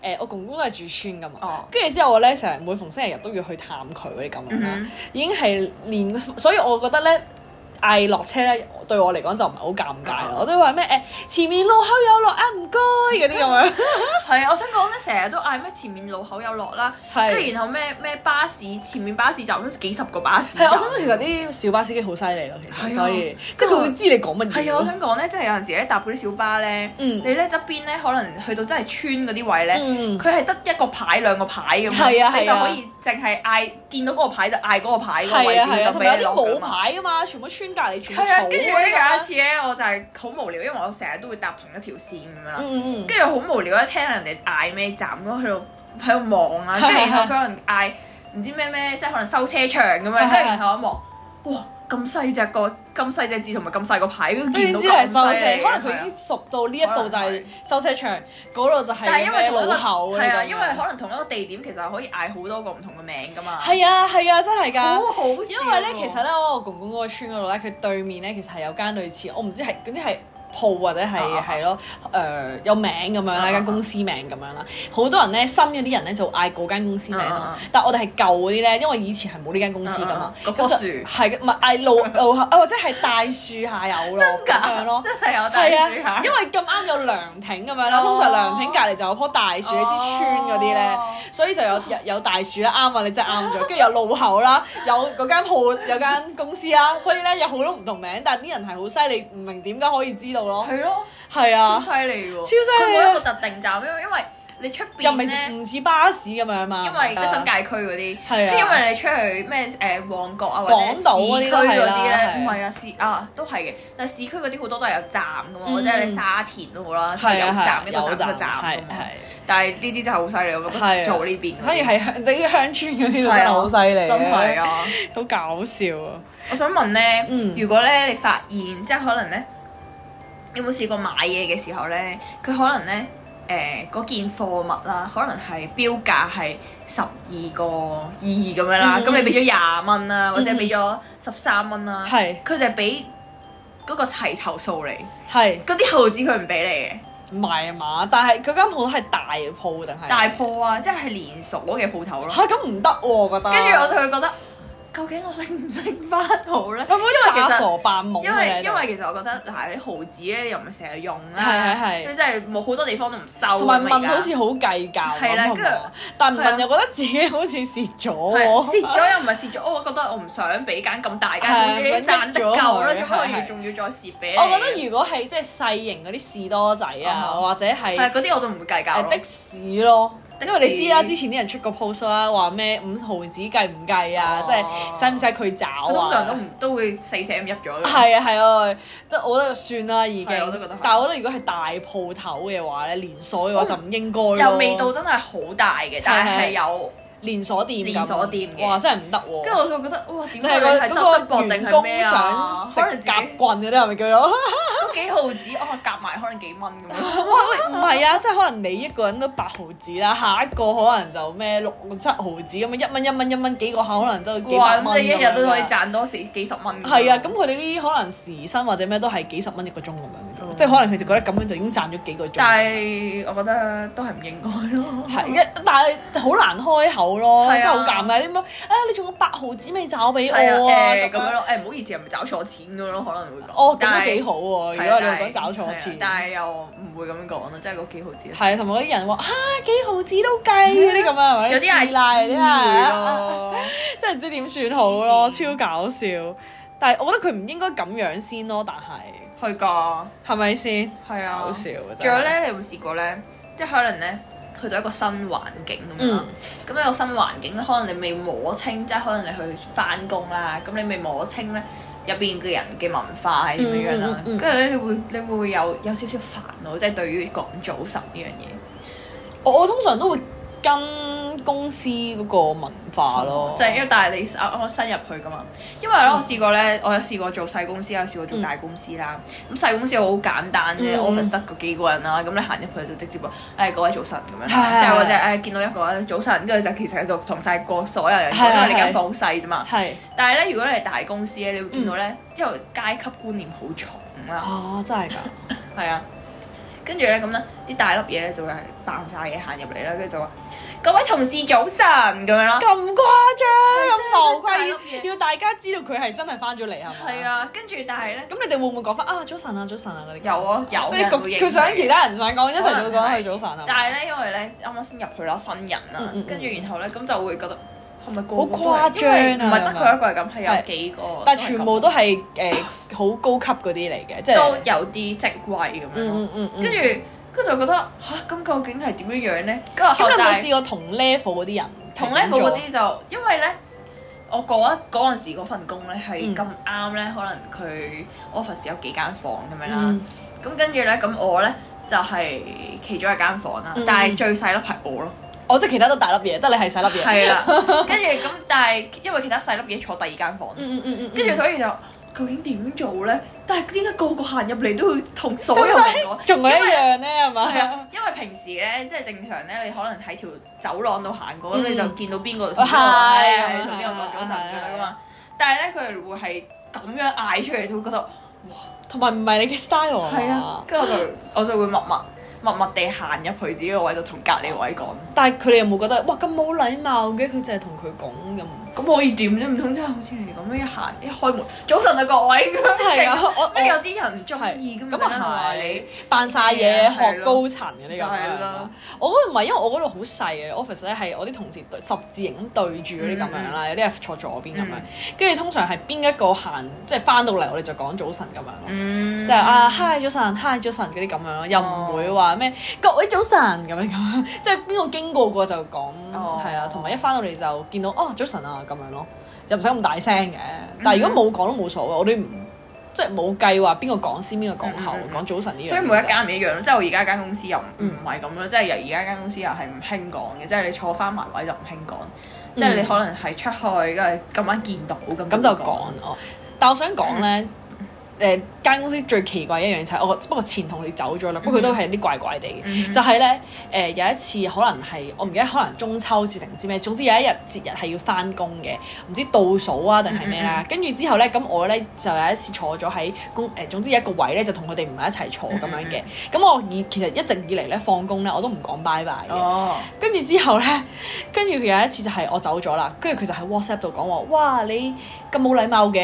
Speaker 2: 誒誒，我公公都係住村噶嘛
Speaker 1: 哦，
Speaker 2: 跟住之後我咧成日每逢星期日都要去探佢嗰啲咁樣啦
Speaker 1: 嗯，
Speaker 2: 已經係連，所以我覺得咧嗌落車咧對我嚟講就唔係好尷尬啦
Speaker 1: 哦，
Speaker 2: 我都話咩誒前面路口有落啊唔該嗰啲咁樣，
Speaker 1: 係啊，我想講咧，成日都嗌咩前面路口有落啦，
Speaker 2: 係
Speaker 1: 跟住然後咩咩巴士前面巴士站都幾十個巴士
Speaker 2: [laughs] 係
Speaker 1: 站，
Speaker 2: 我想講其實啲小巴司機好犀利咯，其
Speaker 1: 係啊
Speaker 2: 實所以即係佢會知你講乜嘢
Speaker 1: 係啊，我
Speaker 2: 咯。
Speaker 1: 想講咧，即係有陣時咧搭嗰啲小巴咧，
Speaker 2: 嗯
Speaker 1: 你咧側邊咧可能去到真係村嗰啲位咧，
Speaker 2: 嗯
Speaker 1: 佢係得一個牌兩個牌咁樣，
Speaker 2: 係啊係啊
Speaker 1: 你就可以淨係嗌見到嗰個牌就嗌嗰個牌嗰個位
Speaker 2: 係啊係
Speaker 1: 置
Speaker 2: 啊，
Speaker 1: 就
Speaker 2: 同
Speaker 1: 俾
Speaker 2: 埋
Speaker 1: 你
Speaker 2: 有啲
Speaker 1: 落
Speaker 2: 冇
Speaker 1: 㗎嘛。
Speaker 2: 牌噶嘛，全部村隔離全部
Speaker 1: 係
Speaker 2: 草
Speaker 1: 啊，跟住咧
Speaker 2: 嗰啲咁
Speaker 1: 有一
Speaker 2: 樣
Speaker 1: 次咧，我就係好無聊，因為我成日都會搭同一條線咁樣啦，
Speaker 2: 嗯嗯嗯，
Speaker 1: 跟住好無聊，一聽人哋嗌咩站咁，喺度喺度望
Speaker 2: [laughs]
Speaker 1: 啊，跟住然後佢可能嗌唔知咩咩，即係可能收車場咁樣，跟
Speaker 2: 係係
Speaker 1: 住然後一望，哇咁細只個，咁細隻字同埋咁細個牌，跟住見
Speaker 2: 跟
Speaker 1: 到
Speaker 2: 住知
Speaker 1: 咁
Speaker 2: 係收
Speaker 1: 犀利
Speaker 2: 車，
Speaker 1: 嘅
Speaker 2: 可能佢已
Speaker 1: 係啊
Speaker 2: 經熟到呢一度就係收車場，嗰度就係
Speaker 1: 但係因為
Speaker 2: 咩
Speaker 1: 同一個
Speaker 2: 路口嗰啲
Speaker 1: 係啊，
Speaker 2: 咁樣
Speaker 1: 因為可能同一個地點其實可以嗌好多個唔同嘅名噶嘛。
Speaker 2: 係啊係啊，真係㗎。
Speaker 1: 好好笑喎，
Speaker 2: 因為咧，其實咧，我公公嗰個村嗰度咧，佢對面咧，其實係有間類似，我唔知係嗰啲係鋪或者係
Speaker 1: 啊啊
Speaker 2: 係咯，誒有名咁樣啦，
Speaker 1: 啊
Speaker 2: 間公司名咁樣啦。好多人咧，新嗰啲人咧就嗌嗰間公司名
Speaker 1: 啊
Speaker 2: 咯
Speaker 1: 啊。
Speaker 2: 但係我哋係舊嗰啲咧，因為以前係冇呢間公司噶嘛
Speaker 1: 啊啊，嗰棵
Speaker 2: 咁就
Speaker 1: 樹
Speaker 2: 係嘅唔係嗌路路口啊，或者係大樹下有咯
Speaker 1: 真
Speaker 2: 咁樣咯
Speaker 1: 㗎，。 [laughs] 真係有大
Speaker 2: 係
Speaker 1: 樹
Speaker 2: 啊
Speaker 1: 下，
Speaker 2: 因為咁啱有涼亭咁樣啦，通常涼亭隔離就有棵大樹，你知村嗰啲咧
Speaker 1: 哦，
Speaker 2: 所以就有有有大樹啦，啱啊，你真係啱咗。跟住有路
Speaker 1: [laughs]
Speaker 2: 口啦，有嗰間鋪，有間公司啦，所以咧有好多唔同名，但係啲人係好犀利，唔明點解可以知道咯。
Speaker 1: 係咯，
Speaker 2: 係
Speaker 1: 超
Speaker 2: 啊，
Speaker 1: 犀利喎，
Speaker 2: 超犀利啊
Speaker 1: 佢冇一個特定站，因為因為你出
Speaker 2: 又
Speaker 1: 邊
Speaker 2: 唔係
Speaker 1: 咧，
Speaker 2: 唔似巴士咁樣嘛，啊
Speaker 1: 因為即係新界區嗰啲。跟
Speaker 2: 係
Speaker 1: 住因
Speaker 2: 啊，
Speaker 1: 為你出去咩誒旺角啊或者
Speaker 2: 港
Speaker 1: 市
Speaker 2: 島嗰啲
Speaker 1: 區
Speaker 2: 都
Speaker 1: 嗰啲
Speaker 2: 係啦係
Speaker 1: 咧，唔係啊市啊都係嘅，但係市區嗰啲好多都係有站噶嘛，
Speaker 2: 嗯
Speaker 1: 或者你沙田都好啦，佢
Speaker 2: 係
Speaker 1: 有
Speaker 2: 啊
Speaker 1: 站
Speaker 2: 係
Speaker 1: 一個站
Speaker 2: 有
Speaker 1: 一個
Speaker 2: 站
Speaker 1: 站
Speaker 2: 係
Speaker 1: 噶嘛。
Speaker 2: 係。
Speaker 1: 但係呢啲真係好犀利，我覺
Speaker 2: 係
Speaker 1: 得
Speaker 2: 啊
Speaker 1: 做呢邊嗰啲，啊
Speaker 2: 所以係鄉，即係鄉村嗰啲都真係好犀利，
Speaker 1: 真係
Speaker 2: 啊，
Speaker 1: 啊！
Speaker 2: 好搞笑啊！
Speaker 1: 我想問咧，
Speaker 2: 嗯
Speaker 1: 如果咧你發現即係可能咧，有冇試過買嘢嘅時候咧，佢可能咧誒嗰件貨物啦，可能係標價係十二個二咁樣啦，
Speaker 2: 嗯
Speaker 1: 咁、你俾咗廿蚊啦，或者
Speaker 2: 嗯
Speaker 1: 俾咗十三蚊啦，
Speaker 2: 係
Speaker 1: 佢就係俾嗰個齊頭數你，
Speaker 2: 係。
Speaker 1: 嗰啲毫子佢唔俾
Speaker 2: 唔係啊嘛，但係佢間鋪頭係大鋪定係
Speaker 1: 你嘅，大鋪啊，即係連鎖嘅鋪頭咯。
Speaker 2: 嚇咁唔得喎，我覺
Speaker 1: 跟
Speaker 2: 得。
Speaker 1: 住我就會覺得，究竟我拎唔拎翻好咧？
Speaker 2: 有
Speaker 1: 因
Speaker 2: 冇
Speaker 1: 為
Speaker 2: 啲
Speaker 1: 其
Speaker 2: 詐
Speaker 1: 實
Speaker 2: 傻扮懵啊
Speaker 1: 因
Speaker 2: 嘅
Speaker 1: 為
Speaker 2: 喺
Speaker 1: 因
Speaker 2: 度
Speaker 1: 為其實我覺得嗱，你毫紙咧，你又唔係成日用
Speaker 2: 係
Speaker 1: 啦，
Speaker 2: 係係
Speaker 1: 你真係冇好多地方都唔收啊嘛，
Speaker 2: 同埋問
Speaker 1: 而家
Speaker 2: 好似好計較咁，
Speaker 1: 係啦
Speaker 2: 同
Speaker 1: 跟住
Speaker 2: 埋但唔
Speaker 1: 係啊
Speaker 2: 問又覺得自己好似蝕咗
Speaker 1: 係
Speaker 2: 喎。
Speaker 1: 蝕咗又唔係蝕咗，我覺得我唔想俾間咁大間公司，
Speaker 2: 係
Speaker 1: 你賺得夠啦，
Speaker 2: 想益咗佢
Speaker 1: 做乜我
Speaker 2: 係
Speaker 1: 要
Speaker 2: 係
Speaker 1: 仲要再蝕俾你？
Speaker 2: [laughs] 我覺得如果係即係細型嗰啲士多仔啊，
Speaker 1: 啊
Speaker 2: 或者係
Speaker 1: 係嗰啲我都唔會計較
Speaker 2: 誒
Speaker 1: 咯
Speaker 2: 的士咯。
Speaker 1: 的
Speaker 2: 因為你
Speaker 1: 士
Speaker 2: 知啦，之前啲人出個 post 啦，話咩五毫子計唔計啊？
Speaker 1: 哦
Speaker 2: 即係使唔使佢找啊？
Speaker 1: 佢通常都唔都會四捨五入 [laughs] 咗嘅。
Speaker 2: 係啊係啊，得我覺得算啦已經。
Speaker 1: 係啊我都覺得係哦
Speaker 2: 但係我覺得如果係大鋪頭嘅話咧，連鎖嘅啊話就唔應該咯。
Speaker 1: 又味道真係好大嘅，但係係有，
Speaker 2: 連鎖店咁。
Speaker 1: 連鎖店嘅
Speaker 2: 哇！真係唔得喎。
Speaker 1: 跟住我就覺得哇，點解
Speaker 2: 即係
Speaker 1: 你
Speaker 2: 個
Speaker 1: 係執
Speaker 2: 嗰
Speaker 1: 得薄
Speaker 2: 個
Speaker 1: 定
Speaker 2: 員
Speaker 1: 係
Speaker 2: 工
Speaker 1: 咩
Speaker 2: 想
Speaker 1: 啊？可能
Speaker 2: 食
Speaker 1: 自己
Speaker 2: 夾棍嗰啲係咪叫
Speaker 1: [laughs]
Speaker 2: 做？
Speaker 1: 都幾毫子，哦夾埋可能幾蚊咁樣。
Speaker 2: [laughs] 唔係啊，即係可能你一個人都八毫子啦，下一個可能就咩六七毫子咁啊樣，一蚊一蚊一蚊幾個客可能都幾
Speaker 1: 哇！
Speaker 2: 百
Speaker 1: 咁
Speaker 2: 蚊
Speaker 1: 你一日都可以
Speaker 2: 咁樣㗎。啊
Speaker 1: 賺多時幾十蚊。
Speaker 2: 係啊，咁佢哋呢啲可能時薪或者咩都係幾十蚊一個鐘咁樣嘅啫。即係可能佢就覺得咁樣就已經賺咗幾個鐘。
Speaker 1: 哦但係我覺得都係唔應該咯。 [laughs]
Speaker 2: 係一，但係好難開口咯，
Speaker 1: 係啊
Speaker 2: 真係好尷尬。點解？啊，你仲有八毫子未找俾我啊？
Speaker 1: 係啊，誒咁樣
Speaker 2: 樣
Speaker 1: 咯，誒唔好意思，係咪找錯錢咁樣咯？可能會講。
Speaker 2: 哦，咁
Speaker 1: 但
Speaker 2: 都
Speaker 1: 係
Speaker 2: 幾好喎。如果你
Speaker 1: 係啊
Speaker 2: 講找錯
Speaker 1: 係啊
Speaker 2: 錢，
Speaker 1: 但係又唔會咁樣講咯，即係嗰幾毫子。
Speaker 2: 係啊同埋嗰啲人話啊幾毫子都計嗰啲咁樣，或者
Speaker 1: 有啲係
Speaker 2: 師奶嗰啲
Speaker 1: 會
Speaker 2: 啊，
Speaker 1: 咯，
Speaker 2: 真係唔知點算好咯，
Speaker 1: 黐
Speaker 2: 超搞笑。但係我覺得佢唔應該咁樣先咯，但係
Speaker 1: 係㗎，
Speaker 2: 係咪先？
Speaker 1: 係啊。
Speaker 2: 搞笑啊！
Speaker 1: 仲有
Speaker 2: 真係，
Speaker 1: 咧，你有冇試過咧？即係可能咧，去到一個新環境咁樣啦
Speaker 2: 嗯。
Speaker 1: 咁呢個新環境咧，可能你未摸清，即係可能你去翻工啦，咁你未摸清咧入邊嘅人嘅文化係點樣樣啦
Speaker 2: 嗯嗯嗯嗯。
Speaker 1: 跟住咧，你會你會有有少少煩惱，即係對於講早晨呢樣嘢，
Speaker 2: 我我通常都會跟公司嗰個文化
Speaker 1: 哦
Speaker 2: 咯，
Speaker 1: 就係因為但係你啱啱新入去噶嘛。因為
Speaker 2: 嗯
Speaker 1: 咧，我試過咧，我有試過做細公司，有試過做大公司啦。咁細公司好簡單啫
Speaker 2: 嗯
Speaker 1: ，office 得嗰幾個人啦。咁你行入去就直接話：誒各位早晨咁樣，
Speaker 2: 係
Speaker 1: 即係或者誒見到一個咧早晨，跟住就其實喺度同晒個所有人講，
Speaker 2: 係
Speaker 1: 因為你
Speaker 2: 係
Speaker 1: 間房好細啫嘛。
Speaker 2: 係
Speaker 1: 但係咧，如果你係大公司咧，你會
Speaker 2: 嗯
Speaker 1: 見到咧，因為階級觀念好重啦，
Speaker 2: 啊，真係㗎。
Speaker 1: 係啊，跟住咧咁咧，啲大粒嘢咧就會係扮晒嘢行入嚟啦，跟住就話各位同事早晨咁樣啦
Speaker 2: 咁誇，張，咁浮
Speaker 1: 大粒嘢
Speaker 2: 誇，要大家知道佢係真係翻咗嚟係嘛？
Speaker 1: 係。啊，跟住但係咧
Speaker 2: 咁你哋會唔會講翻啊早晨啊早晨啊嗰啲？
Speaker 1: 有啊有
Speaker 2: 即
Speaker 1: 嘅會
Speaker 2: 係咁
Speaker 1: 應
Speaker 2: 佢想
Speaker 1: 你
Speaker 2: 其他人想講，一齊就會
Speaker 1: 可
Speaker 2: 講
Speaker 1: 能係
Speaker 2: 佢早晨啊。
Speaker 1: 但係咧，因為咧啱啱先入去啦，新人啦
Speaker 2: 嗯嗯嗯，
Speaker 1: 跟住然後咧咁就會覺得係咪個個
Speaker 2: 好
Speaker 1: 都係
Speaker 2: 誇張啊
Speaker 1: 因為唔係得佢一個係咁，係
Speaker 2: 係
Speaker 1: 有幾個，
Speaker 2: 但係全部都係誒好高級嗰啲嚟嘅，即
Speaker 1: 都係咁
Speaker 2: 係嗯
Speaker 1: 都有啲職位咁樣咯
Speaker 2: 嗯嗯嗯嗯。
Speaker 1: 跟住跟住就覺得嚇咁究竟係點樣樣咧？跟住後
Speaker 2: 咁你有
Speaker 1: 但
Speaker 2: 冇
Speaker 1: 係
Speaker 2: 試過同 level 嗰啲人係
Speaker 1: 同
Speaker 2: 咁
Speaker 1: level
Speaker 2: 做啊
Speaker 1: 嗰啲就因為咧，我嗰一嗰陣時嗰份工咧係
Speaker 2: 嗯
Speaker 1: 咁啱咧，可能佢 office 有幾間房咁樣啦
Speaker 2: 嗯。
Speaker 1: 咁跟住咧，咁我咧就係其中一間房啦
Speaker 2: 嗯，
Speaker 1: 但係最細粒係我咯，
Speaker 2: 我哦即係其他都大粒嘢，得你係細粒嘢。
Speaker 1: 係啦。 [laughs] 跟住咁，但係因為其他細粒嘢坐第二間房，
Speaker 2: 嗯嗯嗯嗯。
Speaker 1: 跟住
Speaker 2: 就
Speaker 1: 所以就究竟點做咧？但係點解個個行入嚟都要同所有人講？
Speaker 2: 仲我一樣咧係嘛？
Speaker 1: [laughs] 係啊，因為平時咧，即係正常咧，你可能喺條走廊度行過，咁、
Speaker 2: 嗯
Speaker 1: 你就見到邊個
Speaker 2: 係
Speaker 1: 同邊個哦係啊同邊個
Speaker 2: 係
Speaker 1: 講早晨
Speaker 2: 係
Speaker 1: 咁樣噶嘛。但係啊咧，佢哋會係咁樣嗌出嚟，就會覺得
Speaker 2: 同埋唔係你嘅 style 嘛
Speaker 1: 係啊。。跟住我就我就會默默默默地行入去自己個位度，同隔離位講。
Speaker 2: 但係佢哋有冇覺得哇咁冇禮貌嘅？佢就係同佢講咁。
Speaker 1: 咁可以點啫？唔通真係好似你咁樣一行一開門，早晨啊各位咁樣。
Speaker 2: 係
Speaker 1: [laughs]
Speaker 2: 啊，我
Speaker 1: 咩有
Speaker 2: 我
Speaker 1: 啲人唔中意噶嘛？
Speaker 2: 咁啊
Speaker 1: 話
Speaker 2: 係
Speaker 1: 你，
Speaker 2: 扮晒嘢
Speaker 1: 係
Speaker 2: 學
Speaker 1: 咯
Speaker 2: 高層嘅呢
Speaker 1: 就
Speaker 2: 個
Speaker 1: 係啦
Speaker 2: 係嘛。我嗰度唔係，因為我嗰度好細嘅 office 咧，係我啲同事對十字形咁對住嗰啲咁樣啦，有啲係坐左邊咁樣
Speaker 1: 嗯，
Speaker 2: 跟住通常係邊一個行即係翻到嚟，我哋就講早晨咁樣咯。
Speaker 1: 嗯，
Speaker 2: 即係啊，hi 早晨，hi 早晨嗰啲咁樣咯，又唔會
Speaker 1: 哦
Speaker 2: 話咩各位早晨咁樣咁樣， [laughs] 即係邊個經過過就講
Speaker 1: 哦
Speaker 2: 係啊，同埋一翻到嚟就見到哦早晨啊咁樣咯，就唔使咁大聲嘅。
Speaker 1: 嗯
Speaker 2: 但係如果冇講都冇所謂，我哋唔即係冇計話邊個講先邊個講後
Speaker 1: 嗯嗯嗯
Speaker 2: 講早晨呢樣嘢啫。
Speaker 1: 所以每一間唔一樣咯，即係我而家間公司又唔
Speaker 2: 嗯
Speaker 1: 唔係咁咯，即係由而家間公司又係唔興講嘅，即係你坐翻埋位就唔興講，即係你可能係出去跟住咁啱見到咁
Speaker 2: 嗯咁就講哦。但我想講咧，誒間公司最奇怪一樣嘢就係我，不過前同事走咗啦，不過佢都係有啲怪怪地嘅，
Speaker 1: 嗯
Speaker 2: 就係咧誒有一次可能係我唔記得，可能中秋節定唔知咩，總之有一日節日係要翻工嘅，唔知倒數啊定係咩啦。跟住之後咧，咁我咧就有一次坐咗喺公誒，總之有一個位咧就同佢哋唔係一齊坐咁樣嘅。咁我以其實一直以嚟咧放工咧我都唔講拜拜嘅。
Speaker 1: 哦，
Speaker 2: 跟住之後咧， [laughs] 跟住佢有一次就係我走咗啦，跟住佢就喺 WhatsApp 度講話，哇你咁冇禮貌嘅，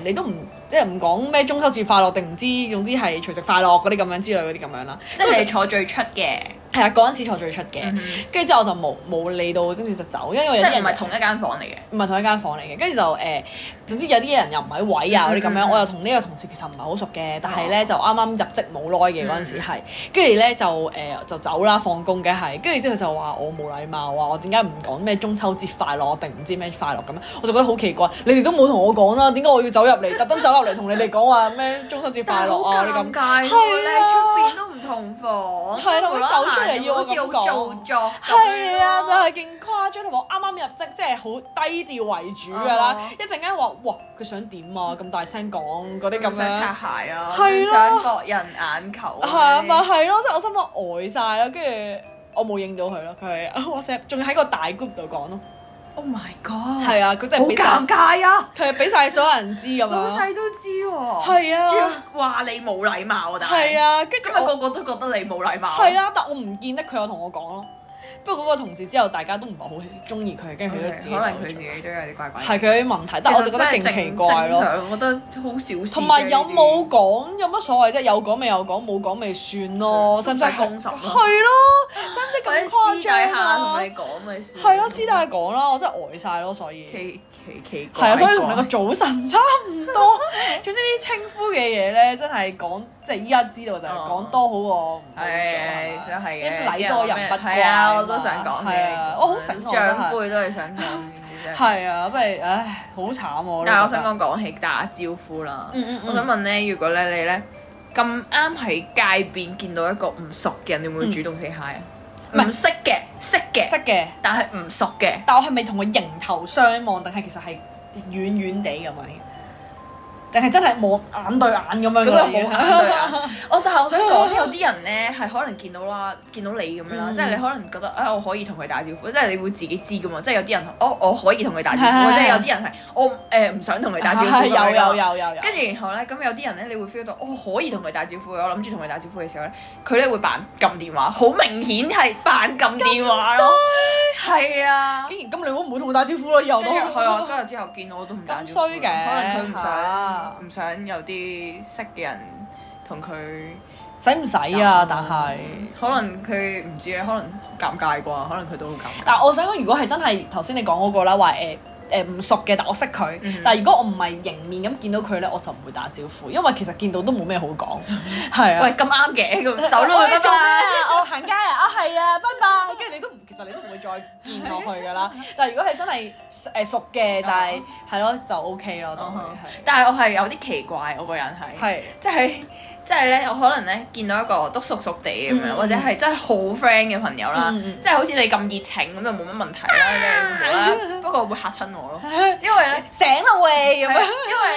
Speaker 2: 誒、你都唔即係唔講咩中秋節快樂定唔知，總之係除夕快樂嗰啲咁樣之類嗰啲咁樣啦。
Speaker 1: 即係你坐最出嘅，
Speaker 2: 係啊，嗰陣時坐最出嘅
Speaker 1: 嗯哼，
Speaker 2: 跟住之後我就冇冇理到，跟住就走，因為
Speaker 1: 即
Speaker 2: 有啲
Speaker 1: 係
Speaker 2: 人
Speaker 1: 唔係同一間房嚟嘅。
Speaker 2: 唔係同一間房嚟嘅，跟住就誒、總之有啲人又唔喺位啊嗰啲咁
Speaker 1: 嗯嗯
Speaker 2: 樣，
Speaker 1: 嗯
Speaker 2: 我又同呢個同事其實唔係好熟嘅，但係咧
Speaker 1: 哦嗯
Speaker 2: 就啱啱入職冇耐嘅嗰陣時係，跟住咧就誒、就走啦，放工嘅係，跟住之後就話我冇禮貌啊，我點解唔講咩中秋節快樂定唔知咩快樂咁樣，我就覺得好奇怪，你哋都冇同我講啦，點解我要走入嚟，特登走入嚟同你哋講話咩中秋節快樂啊嗰啲咁，
Speaker 1: 尬
Speaker 2: 喎你喺出邊
Speaker 1: 都唔同房
Speaker 2: 係啦無啦啦走出嚟要我
Speaker 1: 好
Speaker 2: 咁
Speaker 1: 似
Speaker 2: 講
Speaker 1: 好做作。
Speaker 2: 係啊，就係勁誇張，同埋我啱啱入職，即係好低調為主噶啦
Speaker 1: 哦。嗯
Speaker 2: 一陣間話，哇，佢想點啊？咁大聲講嗰啲咁
Speaker 1: 咁想
Speaker 2: 樣，
Speaker 1: 擦鞋啊，
Speaker 2: 係咯
Speaker 1: 想博人眼球。
Speaker 2: 係啊咪係咯，即係我心 [laughs] 諗呆晒啦，跟住我冇應到佢咯，佢喺 WhatsApp 仲喺個大 group 度講咯。
Speaker 1: Oh my god！
Speaker 2: 係啊，佢真
Speaker 1: 好
Speaker 2: 係俾晒
Speaker 1: 尷，尬啊！
Speaker 2: 佢係俾晒所有人知咁
Speaker 1: 老
Speaker 2: 樣。
Speaker 1: 細都知喎，
Speaker 2: 係啊
Speaker 1: 仲要話你冇禮貌啊！但係
Speaker 2: 係，啊，跟住
Speaker 1: 今日
Speaker 2: 我
Speaker 1: 個個都覺得你冇禮貌。
Speaker 2: 係啊，但我唔見得佢有同我講咯。不過嗰個同事之後，大家都唔係好中意佢，跟住佢都
Speaker 1: OK，
Speaker 2: 自
Speaker 1: 可
Speaker 2: 己
Speaker 1: 能佢自
Speaker 2: 走咗
Speaker 1: 己都有啲怪怪。
Speaker 2: 係佢啲問題，但我就覺得
Speaker 1: 其實真係
Speaker 2: 勁
Speaker 1: 正
Speaker 2: 奇怪
Speaker 1: 正。
Speaker 2: 咯
Speaker 1: 常我覺得好小事。
Speaker 2: 同埋有冇講有乜所謂啫？有講咪有講，冇講咪算咯。
Speaker 1: 嗯
Speaker 2: 使唔使
Speaker 1: 都唔使公審
Speaker 2: 係
Speaker 1: 啊
Speaker 2: 咯，使唔使
Speaker 1: 或者
Speaker 2: 咁
Speaker 1: 私
Speaker 2: 誇
Speaker 1: 底
Speaker 2: 張
Speaker 1: 下同
Speaker 2: 啊？
Speaker 1: 你講咪先？
Speaker 2: 係啊咯，私底下講啦，我真係呆晒咯，所以
Speaker 1: 奇奇奇
Speaker 2: 係
Speaker 1: 怪
Speaker 2: 啊，
Speaker 1: 怪。
Speaker 2: 所以同你個早晨差唔多。總之呢啲稱呼嘅嘢咧，真係講即係依家知道就係
Speaker 1: 哦
Speaker 2: 講多好過唔好啊
Speaker 1: 係
Speaker 2: 做
Speaker 1: 真係
Speaker 2: 因為
Speaker 1: 嘅，
Speaker 2: 禮多人不怪
Speaker 1: 係啊，我都想講
Speaker 2: 係啊
Speaker 1: 嘅，
Speaker 2: 我好醒我真係
Speaker 1: 長輩都啊係想講呢啲真係。
Speaker 2: 係啊，真係唉，好慘啊我。
Speaker 1: 但係我想講講起打招呼啦，
Speaker 2: 嗯嗯嗯
Speaker 1: 我想問咧，如果咧你咧咁啱喺街邊見到一個唔熟嘅人，你會唔會主動 say hi 啊？
Speaker 2: 嗯唔係
Speaker 1: 唔識嘅，識
Speaker 2: 識
Speaker 1: 嘅，
Speaker 2: 嘅。
Speaker 1: 但係唔熟嘅，
Speaker 2: 但我係咪同佢迎頭相望，定係其實係遠遠地咁樣嘅？定係真係望眼對眼咁啊樣
Speaker 1: 啊咁
Speaker 2: 㗎
Speaker 1: 又
Speaker 2: 啦
Speaker 1: 冇眼對眼。[laughs]
Speaker 2: [laughs]
Speaker 1: 我但係我想講，有啲人咧係可能見到啦，見到你咁樣啦，
Speaker 2: 嗯
Speaker 1: 即係你可能覺得啊，我可以同佢打招呼，即係你會自己知噶嘛。即係有啲人我我可以同佢打招
Speaker 2: 係係
Speaker 1: 呼，
Speaker 2: [laughs] 係
Speaker 1: 或者有啲人係我誒唔想同佢打招呼咁
Speaker 2: 係
Speaker 1: 樣啦。
Speaker 2: 啊 [laughs] 有有有有有。
Speaker 1: 跟住然後咧，咁有啲人咧，你會 feel 到，我、可以同佢打招呼嘅。我諗住同佢打招呼嘅時候咧，佢咧會扮撳電話，好明顯係扮撳電話咯。係啊，
Speaker 2: 竟然咁，你會唔會同佢打招呼咯？以後
Speaker 1: 跟
Speaker 2: 都
Speaker 1: 住係啊，跟住之後見到我都唔打招呼啦。
Speaker 2: 咁衰嘅
Speaker 1: 可能佢唔
Speaker 2: 嚇
Speaker 1: 想唔想有啲識嘅人同佢。
Speaker 2: 使唔使啊？但係，
Speaker 1: 可能佢唔知咧，啊可能尷尬啩，可能佢都好尷
Speaker 2: 但
Speaker 1: 尬。
Speaker 2: 我想講，如果係真係頭先你講嗰個啦，話誒誒唔熟嘅，但我識佢。
Speaker 1: 嗯
Speaker 2: 但係如果我唔係迎面咁見到佢咧，我就唔會打招呼，因為其實見到都冇咩好講。係啊。
Speaker 1: 喂，咁啱嘅，
Speaker 2: [laughs]
Speaker 1: 咁走啦，拜拜。
Speaker 2: 做咩啊？我行街啊！啊係啊，拜拜。跟住你都唔，其實你都唔會再見落去㗎 [laughs] 啦。但係如果係真係誒熟 [laughs] 嘅，但係係咯就 OK 咯，就
Speaker 1: 嗯
Speaker 2: 係
Speaker 1: 但係我係有啲奇怪，我個人係。
Speaker 2: 係
Speaker 1: 即係即係咧，我可能咧見到一個都熟熟地咁樣，
Speaker 2: 嗯嗯
Speaker 1: 或者係真係好 friend 嘅朋友啦，
Speaker 2: 嗯嗯
Speaker 1: 即係好似你咁熱情咁就冇乜問題啦，
Speaker 2: [laughs]
Speaker 1: 即係無啦。不過會嚇親我咯，
Speaker 2: 係
Speaker 1: 因為咧。
Speaker 2: 醒啦喂
Speaker 1: 係啊
Speaker 2: 咁
Speaker 1: 因為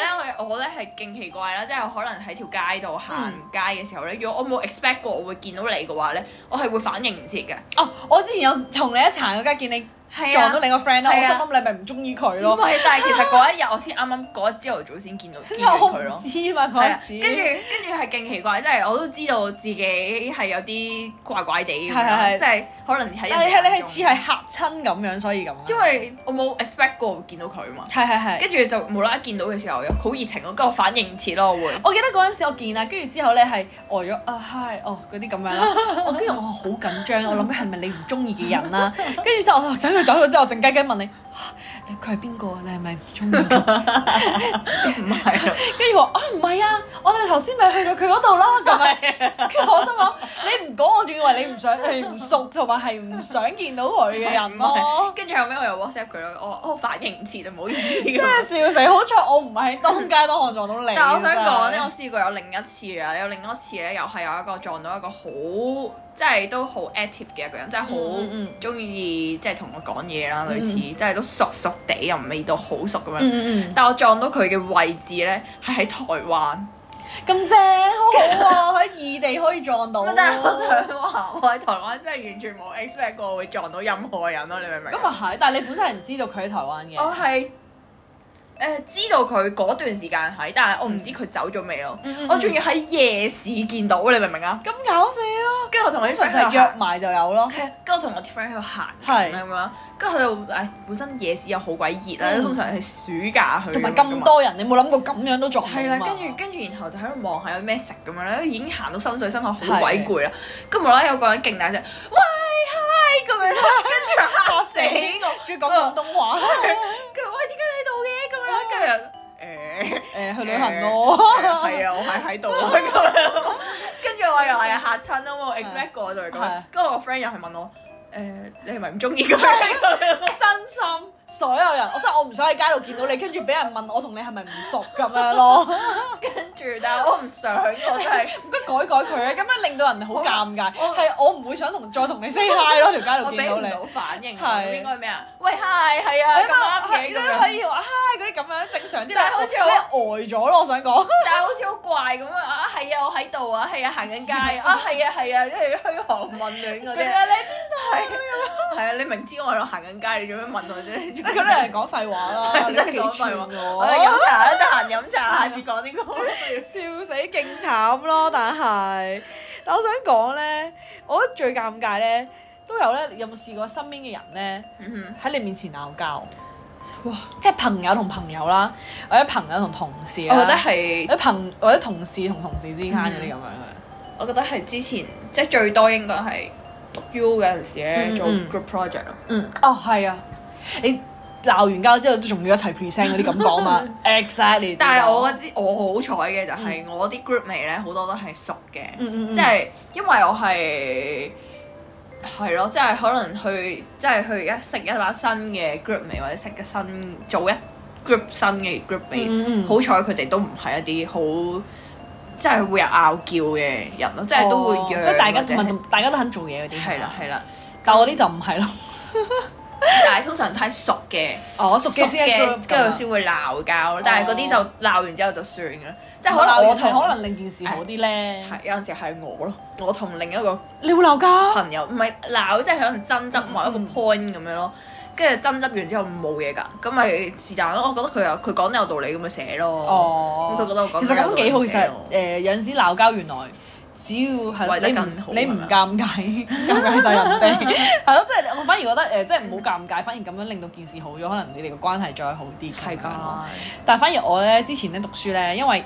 Speaker 2: 樣。
Speaker 1: 咧，我我咧係勁奇怪啦，即係我可能喺條街度
Speaker 2: 嗯
Speaker 1: 行街嘅時候咧，如果我冇 expect 過我會見到你嘅話咧，我係會反應唔切嘅。
Speaker 2: 哦，我之前有同你一層嗰間見你
Speaker 1: 係
Speaker 2: 撞到你個 friend 啦，我
Speaker 1: 係
Speaker 2: 心
Speaker 1: 啊
Speaker 2: 諗你咪唔中意佢
Speaker 1: 唔
Speaker 2: 咯，
Speaker 1: 係，但係其實嗰一日我先啱啱嗰一朝頭早先見
Speaker 2: [laughs]
Speaker 1: 到見
Speaker 2: 因為
Speaker 1: 到
Speaker 2: 我唔
Speaker 1: 佢咯。
Speaker 2: 知嘛
Speaker 1: 係
Speaker 2: 嗰
Speaker 1: 啊，
Speaker 2: 陣時。
Speaker 1: 跟住
Speaker 2: [laughs]
Speaker 1: 跟住係勁奇怪，即係我都知道自己係有啲怪怪地咁樣，
Speaker 2: 係係係
Speaker 1: 即係可能喺人
Speaker 2: 但
Speaker 1: 哋
Speaker 2: 係你
Speaker 1: 眼
Speaker 2: 係你係
Speaker 1: 中
Speaker 2: 似係嚇親咁樣，所以咁啊。
Speaker 1: [laughs] 因為我冇 expect 過會見到佢嘛，
Speaker 2: 係係係。
Speaker 1: 跟住就無啦啦見到嘅時候又好熱情咯，跟住我反應唔切咯，我
Speaker 2: [laughs]
Speaker 1: 會。
Speaker 2: 我記得嗰陣時我見啦，啊跟住之後咧係呆咗啊 hi 哦嗰啲咁樣
Speaker 1: [laughs]
Speaker 2: 啦，我跟住我好緊張，我諗緊係咪你唔中意嘅
Speaker 1: [laughs]
Speaker 2: 人啦，跟住之後我就等佢走咗之後，我靜雞雞問你，啊你佢係邊個啊？你係咪唔
Speaker 1: [laughs]
Speaker 2: 中意佢？
Speaker 1: 唔係，
Speaker 2: 跟住我話啊唔係啊，我哋頭先咪去到佢嗰度啦咁
Speaker 1: [laughs]
Speaker 2: 樣，跟住我心諗你唔講，我仲以為你唔想你唔熟，同埋係唔想見到佢嘅
Speaker 1: [laughs]
Speaker 2: 人咯。
Speaker 1: 跟住後尾我又 WhatsApp 佢咯，我話我反應唔切啊，唔好意思。
Speaker 2: [laughs] 真係笑死！好彩我唔係喺當街當巷撞到你。
Speaker 1: 但係我想講咧，
Speaker 2: 真係
Speaker 1: 我試過有另一次啊，有另一次咧，又係有一個撞到一個好即係都好 active 嘅一個人，即係
Speaker 2: 嗯嗯
Speaker 1: 好
Speaker 2: 嗯
Speaker 1: 中意即係同我講嘢啦，類似
Speaker 2: 嗯
Speaker 1: 即係都熟熟地又未到好熟咁樣。
Speaker 2: 嗯嗯嗯。
Speaker 1: 但我撞到佢嘅位置咧，係喺台灣。
Speaker 2: 咁正，好好喎！喺異地可以撞到。
Speaker 1: 但係我想話，我喺台灣真係完全冇 expect 過會撞到任何人咯，你明唔明？
Speaker 2: 咁啊係，但係你本身係唔知道佢喺台灣嘅。
Speaker 1: 我係誒知道佢嗰段時間喺，但係我唔知佢走咗未咯。
Speaker 2: 嗯嗯嗯
Speaker 1: 我仲要喺夜市見到，你明唔明啊？
Speaker 2: 咁搞笑啊！
Speaker 1: 跟住我同我啲
Speaker 2: 通
Speaker 1: friend 喺度
Speaker 2: 常就係
Speaker 1: 行
Speaker 2: 約埋就有咯。
Speaker 1: 係啊，跟住我同我啲 friend 喺度行
Speaker 2: 係
Speaker 1: 緊咁樣，跟住佢就誒本身夜市又好鬼熱啦，
Speaker 2: 嗯
Speaker 1: 通常係暑假去
Speaker 2: 同埋
Speaker 1: 咁啊樣
Speaker 2: 咁
Speaker 1: 嘛。
Speaker 2: 多人，你冇諗過咁樣都撞到
Speaker 1: 係啦，
Speaker 2: 嘛
Speaker 1: 跟
Speaker 2: [laughs]
Speaker 1: 住跟住，然後就喺度望下有咩食咁樣咧，已經行到深水深海好鬼攰啦。跟住無啦啦有個人勁大聲，喂嗨咁樣啦，跟住嚇死我。
Speaker 2: 仲要講廣
Speaker 1: [laughs]
Speaker 2: 東話，
Speaker 1: 跟住喂點解你喺度嘅咁樣啦？跟住誒。
Speaker 2: 誒去旅行咯。
Speaker 1: 係啊，我係 [laughs] 喺度啊咁樣。跟住我又係嚇親啊嘛我，expect 過就係
Speaker 2: 係
Speaker 1: 咁。跟住我個 friend 又係問我：誒，你係咪唔中意佢咁樣？
Speaker 2: 真心，所有人，我真係我唔想喺街度見到你，跟住俾人問我同你係咪唔熟咁
Speaker 1: [laughs]
Speaker 2: 樣咯。
Speaker 1: 跟住，但係我唔想，我真
Speaker 2: [laughs]
Speaker 1: 係
Speaker 2: 唔該改改佢啊，咁樣令到人好尷尬。
Speaker 1: 我
Speaker 2: 係我唔會想同再同你 say hi 咯，條街
Speaker 1: 我
Speaker 2: 度
Speaker 1: 俾
Speaker 2: 見到
Speaker 1: 唔
Speaker 2: 你。
Speaker 1: 到反應，
Speaker 2: 係
Speaker 1: 應該咩啊？喂，hi，係啊，咁啱嘅咁
Speaker 2: 你都可
Speaker 1: 樣。
Speaker 2: 以話 hi 嗰啲咁樣正常啲，
Speaker 1: 但係
Speaker 2: 係
Speaker 1: 好似
Speaker 2: 我你呆咗咯，我想講。
Speaker 1: 但係好似好怪咁樣啊！係啊，我喺度
Speaker 2: [laughs]
Speaker 1: 啊，係啊，行緊街啊，啊係啊係啊，即係虛寒問暖嗰
Speaker 2: 嗰
Speaker 1: 啲
Speaker 2: 啲。啊你
Speaker 1: 係係係啊，你明知我喺度行緊街，你做咩問我啫？你做咩
Speaker 2: 咁你哦係講哦廢話 [laughs] 啦，
Speaker 1: [laughs]
Speaker 2: 你
Speaker 1: 真係
Speaker 2: 都幾
Speaker 1: 講廢
Speaker 2: 串
Speaker 1: 話。
Speaker 2: 我
Speaker 1: 我哋飲茶啦，得閒飲茶， [laughs] 下次講啲歌啦。
Speaker 2: [laughs] 笑死，勁慘咯！但係，但我想講咧，我覺得最尷尬咧，都有咧，有冇試過身邊嘅人咧
Speaker 1: 嗯
Speaker 2: 喺你面前鬧交？哇！即係朋友同朋友啦，或者朋友同同事啦，
Speaker 1: 我覺得係
Speaker 2: 哦或者嗯朋或者同事同同事之間嗰啲咁樣嘅。
Speaker 1: 我覺得係之前即係最多應該係讀 U 嗰陣時咧
Speaker 2: 嗯
Speaker 1: 做
Speaker 2: 嗯
Speaker 1: group project 咯。
Speaker 2: 嗯，哦，係啊，你鬧完交之後都仲要一齊 present 嗰啲咁講嘛 [laughs] ？Exactly。
Speaker 1: 但係我嗰啲我好彩嘅就係我啲 group 味咧好多都係熟嘅，
Speaker 2: 嗯嗯嗯
Speaker 1: 即係因為我係係咯，即係可能去即係去一識一班新嘅 group 味，或者識嘅新做一 group 新嘅 group 味，
Speaker 2: 嗯嗯嗯
Speaker 1: 好彩佢哋都唔係一啲好即係會有拗撬嘅人咯，即係都會
Speaker 2: 哦
Speaker 1: 讓
Speaker 2: 即係大家
Speaker 1: 或者
Speaker 2: 同大家都肯做嘢嗰啲。
Speaker 1: 係啦係啦，
Speaker 2: 但我啲就唔係咯。
Speaker 1: 但係通常睇熟嘅。
Speaker 2: 哦，我熟
Speaker 1: 熟嘅
Speaker 2: 嘅先係 group 咁
Speaker 1: 跟
Speaker 2: 啊
Speaker 1: 住先會鬧交，但係嗰啲就鬧完之後就算嘅，即係可能
Speaker 2: 鬧
Speaker 1: 我
Speaker 2: 完係
Speaker 1: 同
Speaker 2: 可能令件事好啲咧。
Speaker 1: 係有陣時係我咯，我同另一個
Speaker 2: 你會鬧交？
Speaker 1: 朋友唔係鬧，即係可能爭執某一個
Speaker 2: 嗯
Speaker 1: point 咁樣咯。跟住爭執完之後冇嘢㗎，咁咪是但咯。我覺得佢又佢講得有道理咁咪寫咯。
Speaker 2: 哦，
Speaker 1: 咁佢覺得我講
Speaker 2: 其實咁幾好，
Speaker 1: 得有道理
Speaker 2: 其
Speaker 1: 寫
Speaker 2: 實
Speaker 1: 咯
Speaker 2: 誒有陣時鬧交原來只要係
Speaker 1: 為得
Speaker 2: 你唔
Speaker 1: 更好啊
Speaker 2: 你
Speaker 1: 係
Speaker 2: 唔
Speaker 1: 咪
Speaker 2: 尷尬，尷尬就係人哋
Speaker 1: [laughs]
Speaker 2: [laughs] 係咯，即係我反而覺得誒，即係唔好尷尬，反而咁樣令到件事好咗，可能你哋嘅關係再好啲咁
Speaker 1: 係
Speaker 2: 樣
Speaker 1: 㗎
Speaker 2: 咯。，但係反而我咧之前咧讀書咧，因為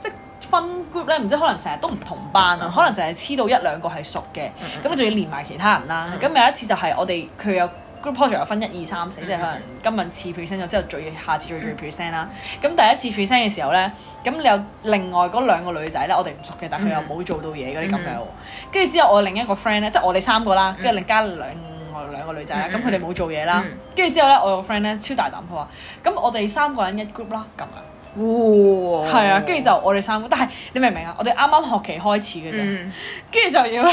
Speaker 2: 即係分 group 咧，唔知可能成日都唔同班啊
Speaker 1: 嗯，
Speaker 2: 可能就係黐到一兩個係熟嘅，咁你仲要連埋其他人啦。咁有一次就係我哋佢有 group project 有分一二三四，即係可能今日次 present 咗之後，最下次再再 present 啦。咁第一次 present 嘅時候咧，咁你有另外嗰兩個女仔咧，我哋唔熟嘅，但佢又冇做到嘢嗰啲咁樣喎。跟住之後我另一個 friend 咧，即係我哋三個啦，跟住另加兩外兩個女仔啦，咁佢哋冇做嘢啦
Speaker 1: 嗯。
Speaker 2: 跟住之後咧，我有個 friend 咧超大膽，佢話：咁我哋三個人一 group 啦，咁樣。
Speaker 1: 哇！
Speaker 2: 係啊，跟住就我哋三個，但係你明唔明啊？我哋啱啱學期開始嘅啫，
Speaker 1: 嗯
Speaker 2: 跟住、就要咧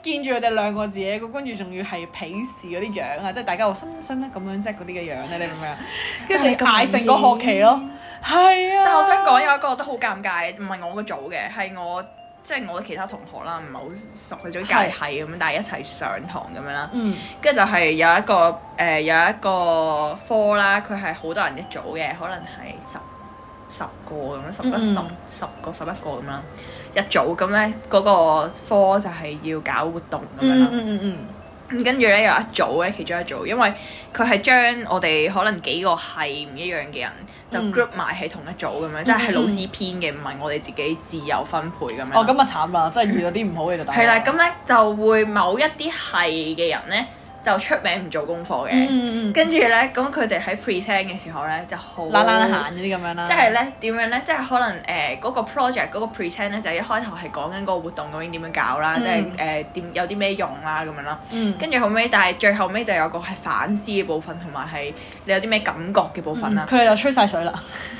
Speaker 2: 見住佢哋兩個自己，跟住仲要係鄙視嗰啲樣啊，即係大家話使唔使咩咁樣即係嗰啲嘅樣咧？你明唔
Speaker 1: [laughs]
Speaker 2: 明啊？跟住就嗌成個學期咯，係啊。
Speaker 1: 但係我想講有一個我覺得好尷尬，唔係我個組嘅，係我即係我其他同學啦，唔係好熟嘅組隔離係咁樣，但係一齊上堂咁樣啦。
Speaker 2: 嗯
Speaker 1: 跟住就係有一個誒、呃有一個科啦，佢係好多人一組嘅，可能係十十個咁樣，十
Speaker 2: 嗯
Speaker 1: 一十十個十一個咁啦，一組咁咧嗰個科就係要搞活動咁樣
Speaker 2: 嗯
Speaker 1: 啦。
Speaker 2: 嗯嗯
Speaker 1: 咁跟住咧有一組咧，其中一組，因為佢係將我哋可能幾個係唔一樣嘅人就
Speaker 2: 嗯
Speaker 1: group 埋喺同一組咁樣，即係係老師編嘅，唔係我哋自己自由分配咁樣。
Speaker 2: 嗯，哦咁啊慘啦，真係遇到啲唔好嘅就大鑊
Speaker 1: 係啦，咁咧就會某一啲係嘅人咧就出名唔做功課嘅。
Speaker 2: 嗯嗯嗯
Speaker 1: 跟住咧，咁佢哋喺 present 嘅時候咧就好
Speaker 2: 懶懶閒嗰啲咁樣啦，
Speaker 1: 即係咧點樣咧？即係可能誒嗰、個 project 嗰個 present 咧，就一開頭係講緊個活動究竟點樣搞啦，
Speaker 2: 嗯
Speaker 1: 即係誒點有啲咩用啊啦咁樣啦。
Speaker 2: 嗯
Speaker 1: 跟住後尾，但係最後尾就有個係反思嘅部分，同埋係你有啲咩感覺嘅部分啦
Speaker 2: 嗯。佢哋就吹晒水啦，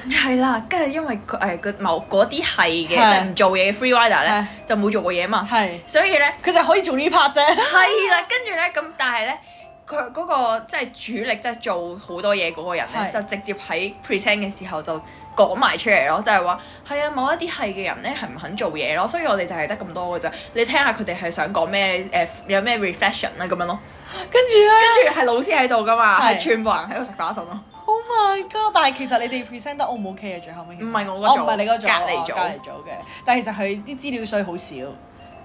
Speaker 1: 係啦，跟住因為佢誒個某嗰啲係嘅，即
Speaker 2: 嗯係
Speaker 1: 係唔做嘢嘅 free rider 咧
Speaker 2: 係，
Speaker 1: 就冇做過嘢嘛，
Speaker 2: 係
Speaker 1: 所以咧。
Speaker 2: 佢就可以做呢 part 啫，
Speaker 1: 係啦，跟住咧咁，但係咧，佢嗰、個即係主力即係做好多嘢嗰個人咧，
Speaker 2: 係
Speaker 1: 就直接喺 present 嘅時候就講埋出嚟咯，就係話係啊，某一啲係嘅人咧係唔肯做嘢咯，所以我哋就係得咁多嘅啫。你聽下佢哋係想講咩誒有咩 reflection 啦咁樣咯，
Speaker 2: 跟住咧。
Speaker 1: 跟住係老師喺度噶嘛，
Speaker 2: 係
Speaker 1: 係全部人喺度食花生咯。
Speaker 2: Oh my god！但係其實你哋 present 得 O 唔 OK 嘅最後尾？
Speaker 1: 唔係我嗰
Speaker 2: 哦
Speaker 1: 組
Speaker 2: 唔係你嗰組，
Speaker 1: 隔離
Speaker 2: 哦
Speaker 1: 組
Speaker 2: 隔離組嘅。但係其實佢啲資料水好少，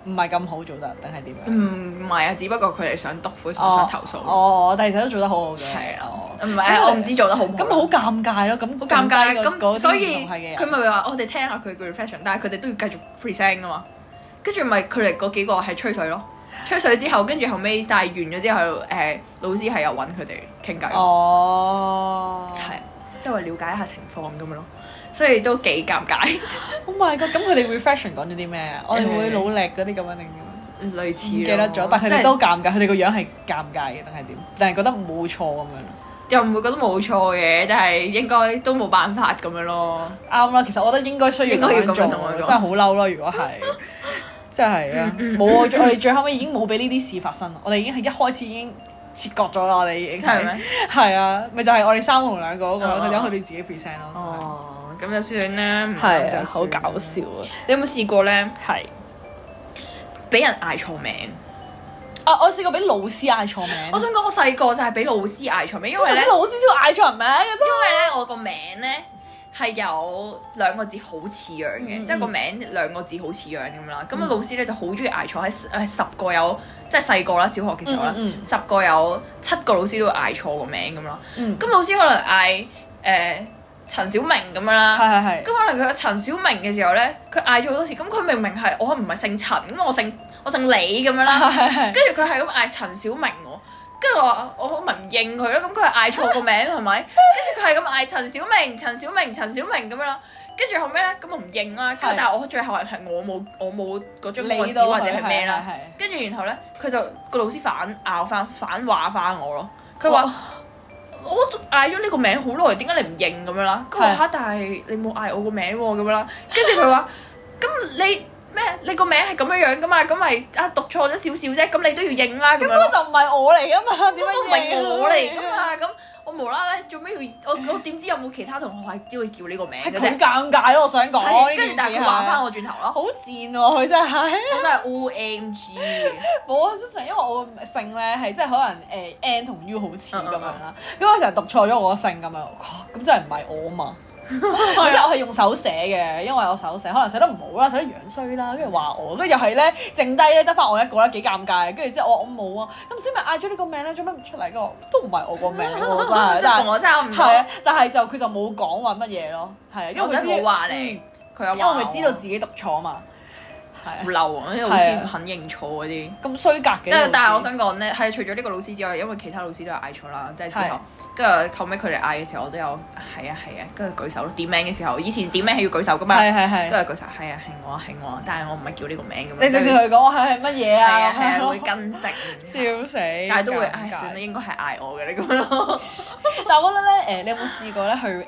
Speaker 2: 唔係咁好做得，定係點樣？
Speaker 1: 唔係啊，只不過佢哋想督灰同想投訴。
Speaker 2: 哦，但係其實都做得好好嘅。
Speaker 1: 係啊
Speaker 2: 哦，
Speaker 1: 唔係我唔知做得好唔好。
Speaker 2: 咁好尷尬咯，咁
Speaker 1: 好尷尬啊
Speaker 2: 剩低嗰
Speaker 1: 咁，所以
Speaker 2: 嗰啲唔同係嘅人
Speaker 1: 佢咪話我哋聽下佢嘅 reflection，但係佢哋都要繼續 present 噶嘛。跟住咪佢哋嗰幾個係吹水咯，吹水之後，跟住後尾，但係完咗之後，誒、老師係有揾佢哋傾偈，係、
Speaker 2: 哦，
Speaker 1: 即係話了解一下情況咁樣咯，所以都幾尷
Speaker 2: [laughs]
Speaker 1: 尬，
Speaker 2: Oh my god！咁佢哋 reflection 講咗啲咩啊？我哋會
Speaker 1: 誒
Speaker 2: 努力嗰啲咁樣定點啊？
Speaker 1: 類
Speaker 2: 唔
Speaker 1: 似
Speaker 2: 記得咗，但係佢哋
Speaker 1: 係
Speaker 2: 都尷尬，佢哋個樣係尷尬嘅，定係點？但係覺得冇錯咁樣。
Speaker 1: 又唔會覺得冇錯嘅，但係應該都冇辦法咁樣咯。
Speaker 2: 啱啦，其實我覺得應該需要
Speaker 1: 應該要
Speaker 2: 咁樣
Speaker 1: 咁樣
Speaker 2: 做，啊
Speaker 1: 同佢講
Speaker 2: 真係好嬲咯！如
Speaker 1: [laughs]
Speaker 2: 果係，真係啊，冇啊！我哋最後尾已經冇俾呢啲事發生啦，我哋已經係一開始已經切割咗啦，我哋已經
Speaker 1: 係咪？
Speaker 2: 係啊，咪就係我哋三個同兩個嗰個
Speaker 1: 哦
Speaker 2: 咯，佢哋佢哋自己 present 咯，
Speaker 1: 哦，咁就算啦，唔啱
Speaker 2: 係
Speaker 1: 就
Speaker 2: 啊，好
Speaker 1: 算啦
Speaker 2: 搞笑啊，
Speaker 1: 你有冇試過咧，
Speaker 2: 係
Speaker 1: 俾人嗌錯名？
Speaker 2: 啊，我試過俾老師嗌錯名，
Speaker 1: 我想講我細個就係俾老師嗌錯名，因
Speaker 2: 因為
Speaker 1: 為
Speaker 2: 咧
Speaker 1: 咧，
Speaker 2: 老師先會嗌錯人名嘅啫。
Speaker 1: 因為咧我個名咧係有兩個字好似樣嘅，
Speaker 2: 嗯
Speaker 1: 即係個名兩個字好似樣咁啦。咁啊老師咧就好中意嗌錯喺誒十個有，即係細個啦，小學嘅時候啦
Speaker 2: 嗯嗯，嗯
Speaker 1: 十個有七個老師都會嗌錯個名咁啦。
Speaker 2: 嗯，
Speaker 1: 咁老師可能嗌誒陳小明咁樣啦。
Speaker 2: 係係
Speaker 1: 咁
Speaker 2: 係，
Speaker 1: 可能佢有陳小明嘅時候咧，佢嗌咗好多次，咁佢明明係我唔係姓陳，咁我姓我姓李咁樣啦，
Speaker 2: 係
Speaker 1: 跟
Speaker 2: 係
Speaker 1: 住佢係咁嗌陳小明喎，跟住我話我咪唔認佢咯，咁佢係嗌錯個名係咪？跟住佢係咁嗌陳小明、陳小明、陳小明咁樣啦，跟住後尾咧咁我唔認啦，跟住
Speaker 2: 係
Speaker 1: 但係我最後係我冇我冇嗰張
Speaker 2: 係，
Speaker 1: 紙
Speaker 2: 到
Speaker 1: 或者係咩啦，
Speaker 2: 係
Speaker 1: 跟住然後咧佢就個老師反拗翻反話翻我咯，佢話。我嗌咗呢個名好耐，點解你唔認咁樣啦？佢話
Speaker 2: 係
Speaker 1: 嚇，但係你冇嗌我個名喎咁樣啦。跟住佢話： [laughs] 咁你咩？你個名係咁樣樣噶嘛？咁咪啊讀錯咗少少啫，咁你都要認啦咁
Speaker 2: 咁
Speaker 1: 樣咯
Speaker 2: 嗰。就唔係我嚟噶嘛，點
Speaker 1: 嗰
Speaker 2: 解
Speaker 1: 個唔係我嚟噶？ [laughs] 嘛？啊咁我無啦啦做咩要我我點知有冇其他同學係都會叫呢個名
Speaker 2: 係
Speaker 1: 嘅
Speaker 2: 佢
Speaker 1: 啫？
Speaker 2: 尷尬咯，我想講呢
Speaker 1: 係
Speaker 2: 件
Speaker 1: 跟
Speaker 2: 事
Speaker 1: 住
Speaker 2: 係。
Speaker 1: 但係佢話翻我轉頭咯，
Speaker 2: 好賤喎，佢真係。 [laughs]
Speaker 1: 我真係 O M G。 [laughs]
Speaker 2: 冇啊，通常因為我個姓咧係即係可能誒 N 同 U 好似咁樣啦，咁我成日讀錯咗我個姓咁樣，哇！咁真係唔係我啊嘛？ [laughs] 我就係用手寫嘅，因為我手寫可能寫得唔好啦，寫得樣衰啦，跟住話我，跟住又係咧剩低咧得翻我一個啦，幾尷尬。跟住之後我話我冇啊，咁先咪嗌咗呢個名咧，做咩唔出嚟？個都唔係我個名
Speaker 1: [laughs]
Speaker 2: 喎，
Speaker 1: 即
Speaker 2: 真
Speaker 1: 係同
Speaker 2: 係。
Speaker 1: 我差唔多。
Speaker 2: 係啊，但係就佢就冇講話乜嘢咯，係啊，因為
Speaker 1: 我真係
Speaker 2: 佢知
Speaker 1: 冇話你，佢有
Speaker 2: 嗯因為
Speaker 1: 話
Speaker 2: 佢知道自己讀錯嘛，係啊
Speaker 1: 我好嬲啊，因為老師唔肯認錯嗰啲。
Speaker 2: 咁衰格嘅。
Speaker 1: 但但係
Speaker 2: 老
Speaker 1: 我
Speaker 2: 師
Speaker 1: 想講咧，係除咗呢個老師之外，因為其他老師都有嗌錯啦，即係之
Speaker 2: 係
Speaker 1: 後，跟住後尾佢哋嗌嘅時候，我都有係啊係啊，跟住舉手咯，點名嘅時候，以前點名係要舉手噶嘛，
Speaker 2: 係係係
Speaker 1: 跟。住舉手係啊係我啊係我啊，但係我唔係叫呢個名咁樣，
Speaker 2: 你直接同佢講係係乜嘢
Speaker 1: 係啊
Speaker 2: 啊？
Speaker 1: 係啊會跟正，
Speaker 2: 笑死！
Speaker 1: 但係都會
Speaker 2: 尷尬
Speaker 1: 唉算啦，應該係嗌我嘅你咁樣 [laughs] 咯，
Speaker 2: 但係我覺得咧，誒，你有冇試過咧去誒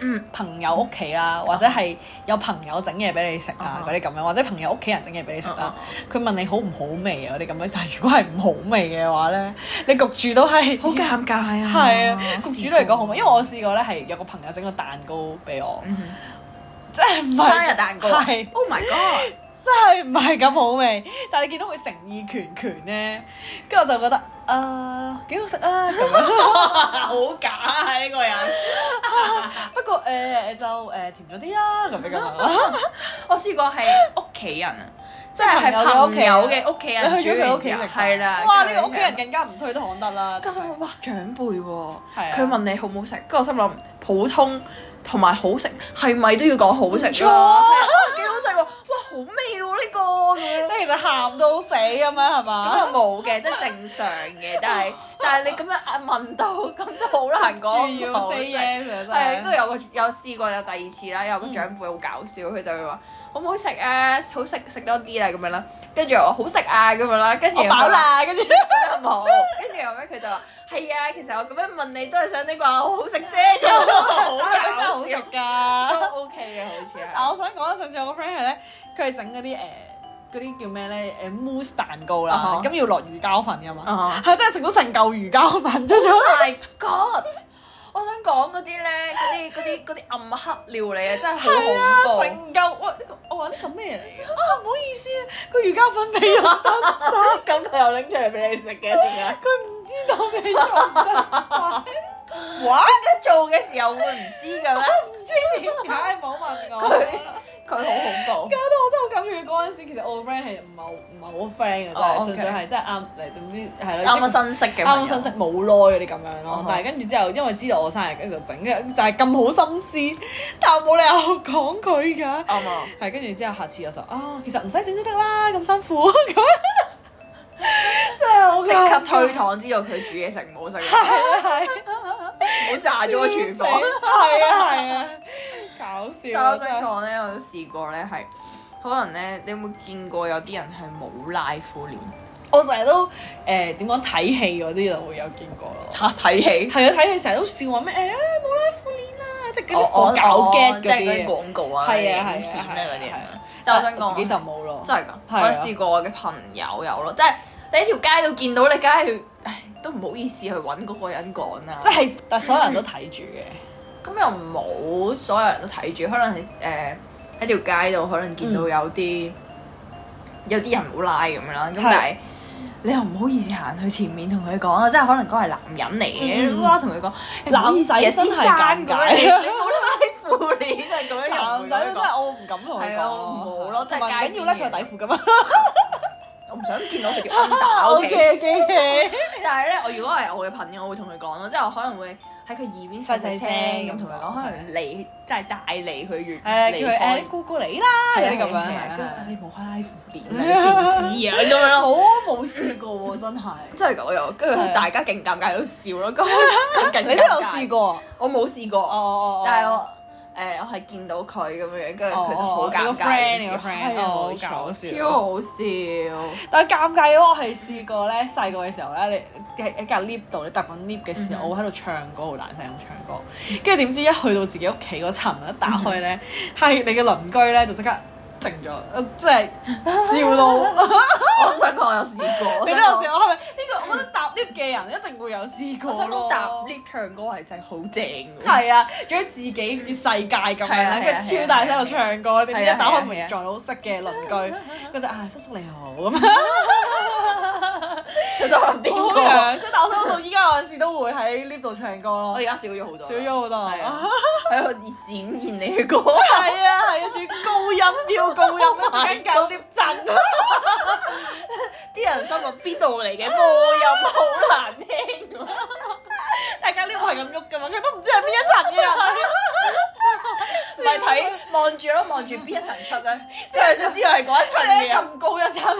Speaker 1: 嗯
Speaker 2: 朋友屋企啦，或者係有朋友整嘢俾你食啊
Speaker 1: 啊
Speaker 2: 嗰啲咁樣，或者朋友屋企人整嘢俾你食
Speaker 1: 啊
Speaker 2: 啦，佢問你好唔好味啊嗰啲咁樣，但係如果係唔好味嘅話咧，你焗住都係
Speaker 1: 好尷尬啊，
Speaker 2: 係啊，
Speaker 1: 我
Speaker 2: 焗
Speaker 1: 試
Speaker 2: 住都嚟講
Speaker 1: 過
Speaker 2: 好唔好？因為我試過咧係有個朋友整個蛋糕俾我，
Speaker 1: 嗯
Speaker 2: 即係唔係
Speaker 1: 生日蛋糕
Speaker 2: 係
Speaker 1: ，Oh my god！
Speaker 2: 真係唔係咁好味，但係你見到佢誠意拳拳咧，跟住我就覺得啊幾好食啊
Speaker 1: [laughs]
Speaker 2: 咁樣。
Speaker 1: [laughs] 好假啊！呢個人，
Speaker 2: 不過誒、呃就
Speaker 1: [laughs]
Speaker 2: 誒、呃甜咗啲啦，咁樣咁樣啦。
Speaker 1: 我試過係屋企 [laughs] 人啊，即
Speaker 2: 係
Speaker 1: 係
Speaker 2: 朋友
Speaker 1: 係
Speaker 2: 嘅屋
Speaker 1: 朋
Speaker 2: 企
Speaker 1: 友嘅屋企人
Speaker 2: 你去咗佢屋企
Speaker 1: 煮
Speaker 2: 食
Speaker 1: 完之後
Speaker 2: 飯
Speaker 1: 係啦，
Speaker 2: [laughs] 哇！
Speaker 1: 跟
Speaker 2: 呢
Speaker 1: 住
Speaker 2: 個屋企人更加唔推都可得啦。
Speaker 1: 跟住我心諗哇長輩喎，
Speaker 2: 係啊
Speaker 1: 佢問你好唔好食，跟住我心諗普通同埋好食係咪都要講好食
Speaker 2: 唔
Speaker 1: 啊？係
Speaker 2: 錯
Speaker 1: 啊哇幾好食喎！哇好味喎呢個咁樣
Speaker 2: 即係其實鹹到死咁樣係
Speaker 1: 咁
Speaker 2: 嘛？
Speaker 1: 又冇嘅，都正常嘅，但係但係你咁樣啊問到咁都好難
Speaker 2: [laughs]
Speaker 1: [laughs] 講
Speaker 2: 住
Speaker 1: 唔
Speaker 2: 要
Speaker 1: 好
Speaker 2: say
Speaker 1: 食
Speaker 2: yes 啊真嗯
Speaker 1: 係跟
Speaker 2: 係
Speaker 1: 住。有個有試過有第二次啦，有個長輩好搞笑，佢就會話好唔好食啊？好食食多啲啦啊咁樣啦，跟住我話好食啊咁樣啦，跟住
Speaker 2: 我飽，啦，跟住
Speaker 1: 咁又冇，跟住後尾佢就話係啊，其實我咁樣問你都係想你話我
Speaker 2: [laughs]
Speaker 1: 好食啫，咁樣好
Speaker 2: 但 [laughs] 係佢真係好食
Speaker 1: 都
Speaker 2: 㗎。
Speaker 1: OK 嘅好似
Speaker 2: 但
Speaker 1: 係。
Speaker 2: 啊我想講上次我個 friend 係咧，佢係整嗰啲誒嗰啲叫咩咧誒 mousse 蛋糕啦
Speaker 1: 啊，哈
Speaker 2: 咁要落魚膠粉㗎嘛，
Speaker 1: 啊
Speaker 2: 係真係食到成嚿魚膠粉出咗。
Speaker 1: Oh My God！我想講嗰啲咧，嗰啲嗰啲嗰啲暗黑料理啊，真係好恐怖。
Speaker 2: 成嚿我呢個我話呢個咩嚟㗎？啊唔好意思啊，個魚膠粉俾我。
Speaker 1: [laughs] 咁佢又拎出嚟俾你食嘅，點解？
Speaker 2: 啊佢唔知道你用
Speaker 1: 哇！點解做嘅時候會唔知嘅咩？
Speaker 2: 唔知點
Speaker 1: [laughs]
Speaker 2: 解冇問我。
Speaker 1: 佢佢好恐怖。
Speaker 2: 搞到我真係好感住嗰陣時，其實我個 friend 係唔係好唔係好 friend 嘅，真
Speaker 1: 哦
Speaker 2: 係
Speaker 1: ，OK
Speaker 2: 純粹係真係啱嚟，總之係咯，
Speaker 1: 啱啊啱新識嘅，
Speaker 2: 啱啊啱新識冇耐嗰啲咁樣
Speaker 1: 哦
Speaker 2: 咯。但係跟住之後，因為知道我生日，跟住就整嘅，就係咁好心思，但我冇理由講佢㗎。
Speaker 1: 啱啊！
Speaker 2: 係跟住之後，下次我就啊，其實唔使整都得啦，咁辛苦 [laughs] 咁樣，真係好
Speaker 1: 即刻推搪，知道佢煮嘢食
Speaker 2: [laughs]
Speaker 1: 唔好食，唔
Speaker 2: 係係。
Speaker 1: 好炸咗個廚房。
Speaker 2: 係啊係啊，搞笑。啊
Speaker 1: 但係我想講咧，我都試過咧，係可能咧，你有冇見過有啲人係冇拉褲鏈？
Speaker 2: 我成日都誒點講睇戲嗰啲就會有見過咯。
Speaker 1: 嚇睇戲，
Speaker 2: 係啊，睇戲成日都笑話咩誒冇拉褲鏈啊，即係嗰
Speaker 1: 我
Speaker 2: 啲
Speaker 1: 我
Speaker 2: 貨搞 get
Speaker 1: 即
Speaker 2: 嗰
Speaker 1: 係嗰啲
Speaker 2: 啲啊。
Speaker 1: 廣告啊，嗰
Speaker 2: 係啊
Speaker 1: 啲
Speaker 2: 係
Speaker 1: 影
Speaker 2: 啊
Speaker 1: 片啊嗰啲
Speaker 2: 係
Speaker 1: 人
Speaker 2: 啊。。
Speaker 1: 但係我想
Speaker 2: 自己就
Speaker 1: 講，
Speaker 2: 冇咯。
Speaker 1: 真係㗎，我
Speaker 2: 係啊
Speaker 1: 有試過我嘅朋友有咯，即係你喺條街度見到，你梗係唉都唔好意思去揾嗰個人講啊啦。
Speaker 2: 即係，但所有人都睇住嘅。
Speaker 1: 咁又冇所有人都睇住，可能係呃誒喺條街度，可能見到有啲、有啲人冇拉咁樣啦。咁
Speaker 2: 嗯係
Speaker 1: 但係你又唔好意思行去前面同佢講啊，即係可能嗰個係男人嚟嘅，
Speaker 2: 嗯
Speaker 1: 哇同佢講，唔好意思啊
Speaker 2: 男仔
Speaker 1: 先
Speaker 2: 真
Speaker 1: 生咁
Speaker 2: 係尷
Speaker 1: 樣，
Speaker 2: 尬
Speaker 1: 你你冇拉褲鏈啊咁樣又
Speaker 2: [laughs]
Speaker 1: 唔會
Speaker 2: 男仔
Speaker 1: 咁
Speaker 2: 真
Speaker 1: 講，
Speaker 2: 係我唔敢同佢
Speaker 1: 係
Speaker 2: 講
Speaker 1: 啊我唔好咯真係
Speaker 2: 同埋唔緊
Speaker 1: 街邊
Speaker 2: 要咧，佢有底 [laughs] 褲噶嘛。
Speaker 1: 我唔想見到 [laughs] 佢條恩
Speaker 2: 啊
Speaker 1: 打 O K。
Speaker 2: OK OK，
Speaker 1: 但係咧，我如果係我嘅朋友，我會同佢講咯，即係我可能會喺佢耳邊細細聲咁同佢講，可能你即係帶你去越
Speaker 2: [laughs] 誒叫
Speaker 1: 離
Speaker 2: 佢
Speaker 1: 開
Speaker 2: 誒姑姑嚟啦，
Speaker 1: 係
Speaker 2: 嗰
Speaker 1: 啊
Speaker 2: 啲咁樣
Speaker 1: 係啊
Speaker 2: 係
Speaker 1: 跟
Speaker 2: 啊
Speaker 1: 住你冇開拉褲鏈啊，你
Speaker 2: 嗯
Speaker 1: 知唔知啊咁樣咯。
Speaker 2: [laughs] 好冇試過喎，真係。
Speaker 1: 真係咁樣，跟
Speaker 2: 係
Speaker 1: 住
Speaker 2: 啊
Speaker 1: 大家勁尷尬喺度笑咯，咁 [laughs] 咁勁尷尬。
Speaker 2: [laughs] 你都有試？ [laughs] 過？
Speaker 1: 我冇試過，
Speaker 2: 哦哦
Speaker 1: 但係我誒、我係見到佢咁樣，跟住佢就好尷
Speaker 2: 哦哦哦你個
Speaker 1: 尬咁
Speaker 2: friend，你
Speaker 1: 笑。
Speaker 2: 個 friend，
Speaker 1: 係啊
Speaker 2: 哦
Speaker 1: 冇錯
Speaker 2: 好搞笑
Speaker 1: 超好笑。
Speaker 2: 但係尷尬嘅話，我係試過咧，細個嘅時候咧，你喺喺架 lift 度，你搭緊 lift 嘅時候，
Speaker 1: 嗯
Speaker 2: 我會喺度唱歌，好大聲咁唱歌，跟住點知一去到自己屋企嗰層，一打開
Speaker 1: 嗯
Speaker 2: 咧，係你嘅鄰居咧就即刻靜咗，呃即係笑
Speaker 1: [laughs]
Speaker 2: 到
Speaker 1: 啊我都想講我有試過，我
Speaker 2: 你
Speaker 1: 想
Speaker 2: 都有
Speaker 1: 講
Speaker 2: 笑，係咪？呢個我覺得搭 lift 嘅人一定會有試過
Speaker 1: 我想
Speaker 2: 咯
Speaker 1: 講搭 lift 唱歌係真係好正㗎。
Speaker 2: 係啊，仲要自己嘅世界咁樣
Speaker 1: 係啊係
Speaker 2: 啦
Speaker 1: 啊，
Speaker 2: 跟住超大聲喺度唱歌，點知
Speaker 1: 係啊
Speaker 2: 一打開
Speaker 1: 係啊係啊
Speaker 2: 門撞到識嘅鄰居，佢就啊叔叔你好咁樣，
Speaker 1: 其實我唔
Speaker 2: 好
Speaker 1: 掂過，
Speaker 2: 樣。所以但我都到依家有陣時都會喺 lift 度唱歌
Speaker 1: 我
Speaker 2: 咯
Speaker 1: 而，家少咗好多，
Speaker 2: 少咗好多。
Speaker 1: 係
Speaker 2: 係
Speaker 1: 啊
Speaker 2: 啊
Speaker 1: 喺度展現你嘅歌。
Speaker 2: 係啊，仲要高音
Speaker 1: [laughs]
Speaker 2: 飆高音，一陣間搞 lift 震。
Speaker 1: 啲人心諗邊度嚟嘅播音好難聽㗎。
Speaker 2: 大家 lift 係咁喐噶嘛，佢都唔知係邊一層嘅人。
Speaker 1: 咪睇望住咯，望住邊一層出咧， [laughs] 即係就知道係嗰一層嘅人，
Speaker 2: 咁高一層，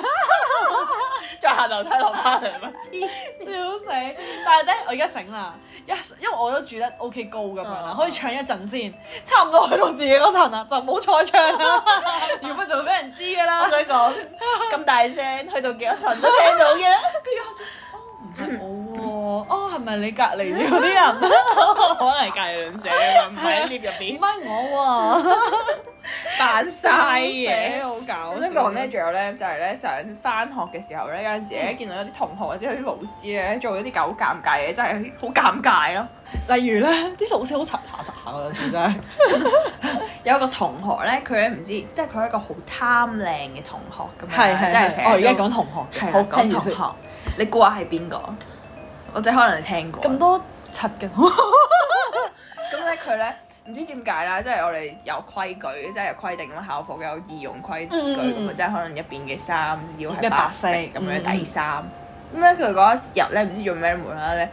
Speaker 2: [laughs]
Speaker 1: 再行樓梯落翻嚟，咪黐。
Speaker 2: 笑死！但係咧，我而家醒啦，一因為我都住得 O K 高咁樣啦
Speaker 1: 嗯，
Speaker 2: 可以唱一陣先，差唔多去到自己嗰層啦，就唔好再唱 [laughs] 啦，如果就會俾人知噶
Speaker 1: 我
Speaker 2: [laughs] 啦。
Speaker 1: 想講咁大聲，去到幾多層都聽到嘅。
Speaker 2: 跟住我就哦唔係我喎，哦係咪你隔離嗰啲 [laughs] 人？
Speaker 1: 可能係隔離鄰舍啊嘛，唔喺 lift 入
Speaker 2: 唔
Speaker 1: 邊
Speaker 2: 係我喎，
Speaker 1: 扮晒
Speaker 2: 笑死
Speaker 1: 嘢。
Speaker 2: 好搞笑。
Speaker 1: 我想講咧，仲有咧，就係咧上翻學嘅時候咧，有陣時咧見到有啲同學或者有啲老師咧做咗啲狗尷尬嘢，真係好尷尬咯。
Speaker 2: 例如咧，啲老師好擦下擦下嗰陣時 [laughs] 真係，
Speaker 1: 有一個同學咧，佢咧唔知，即係佢係一個好貪靚嘅同學咁樣啦，即係成日
Speaker 2: 我哦而家
Speaker 1: 都
Speaker 2: 講同學
Speaker 1: 係啦，
Speaker 2: 嘅，好
Speaker 1: 講
Speaker 2: 講
Speaker 1: 同
Speaker 2: 同學
Speaker 1: 學，你估下係邊個？或者可能你聽過。
Speaker 2: 咁多柒嘅。
Speaker 1: 咁咧，佢咧唔知點解啦，即係我哋有規矩，即係有規定啦，校服有儀容規矩
Speaker 2: 嗯
Speaker 1: 咁
Speaker 2: 嗯
Speaker 1: 啊，
Speaker 2: 嗯
Speaker 1: 即係可能一邊嘅衫要係
Speaker 2: 咩
Speaker 1: 白
Speaker 2: 白
Speaker 1: 色
Speaker 2: 色
Speaker 1: 咁樣
Speaker 2: 嗯
Speaker 1: 底衫。咁咧，佢嗰一日咧，唔知做咩無啦啦咧，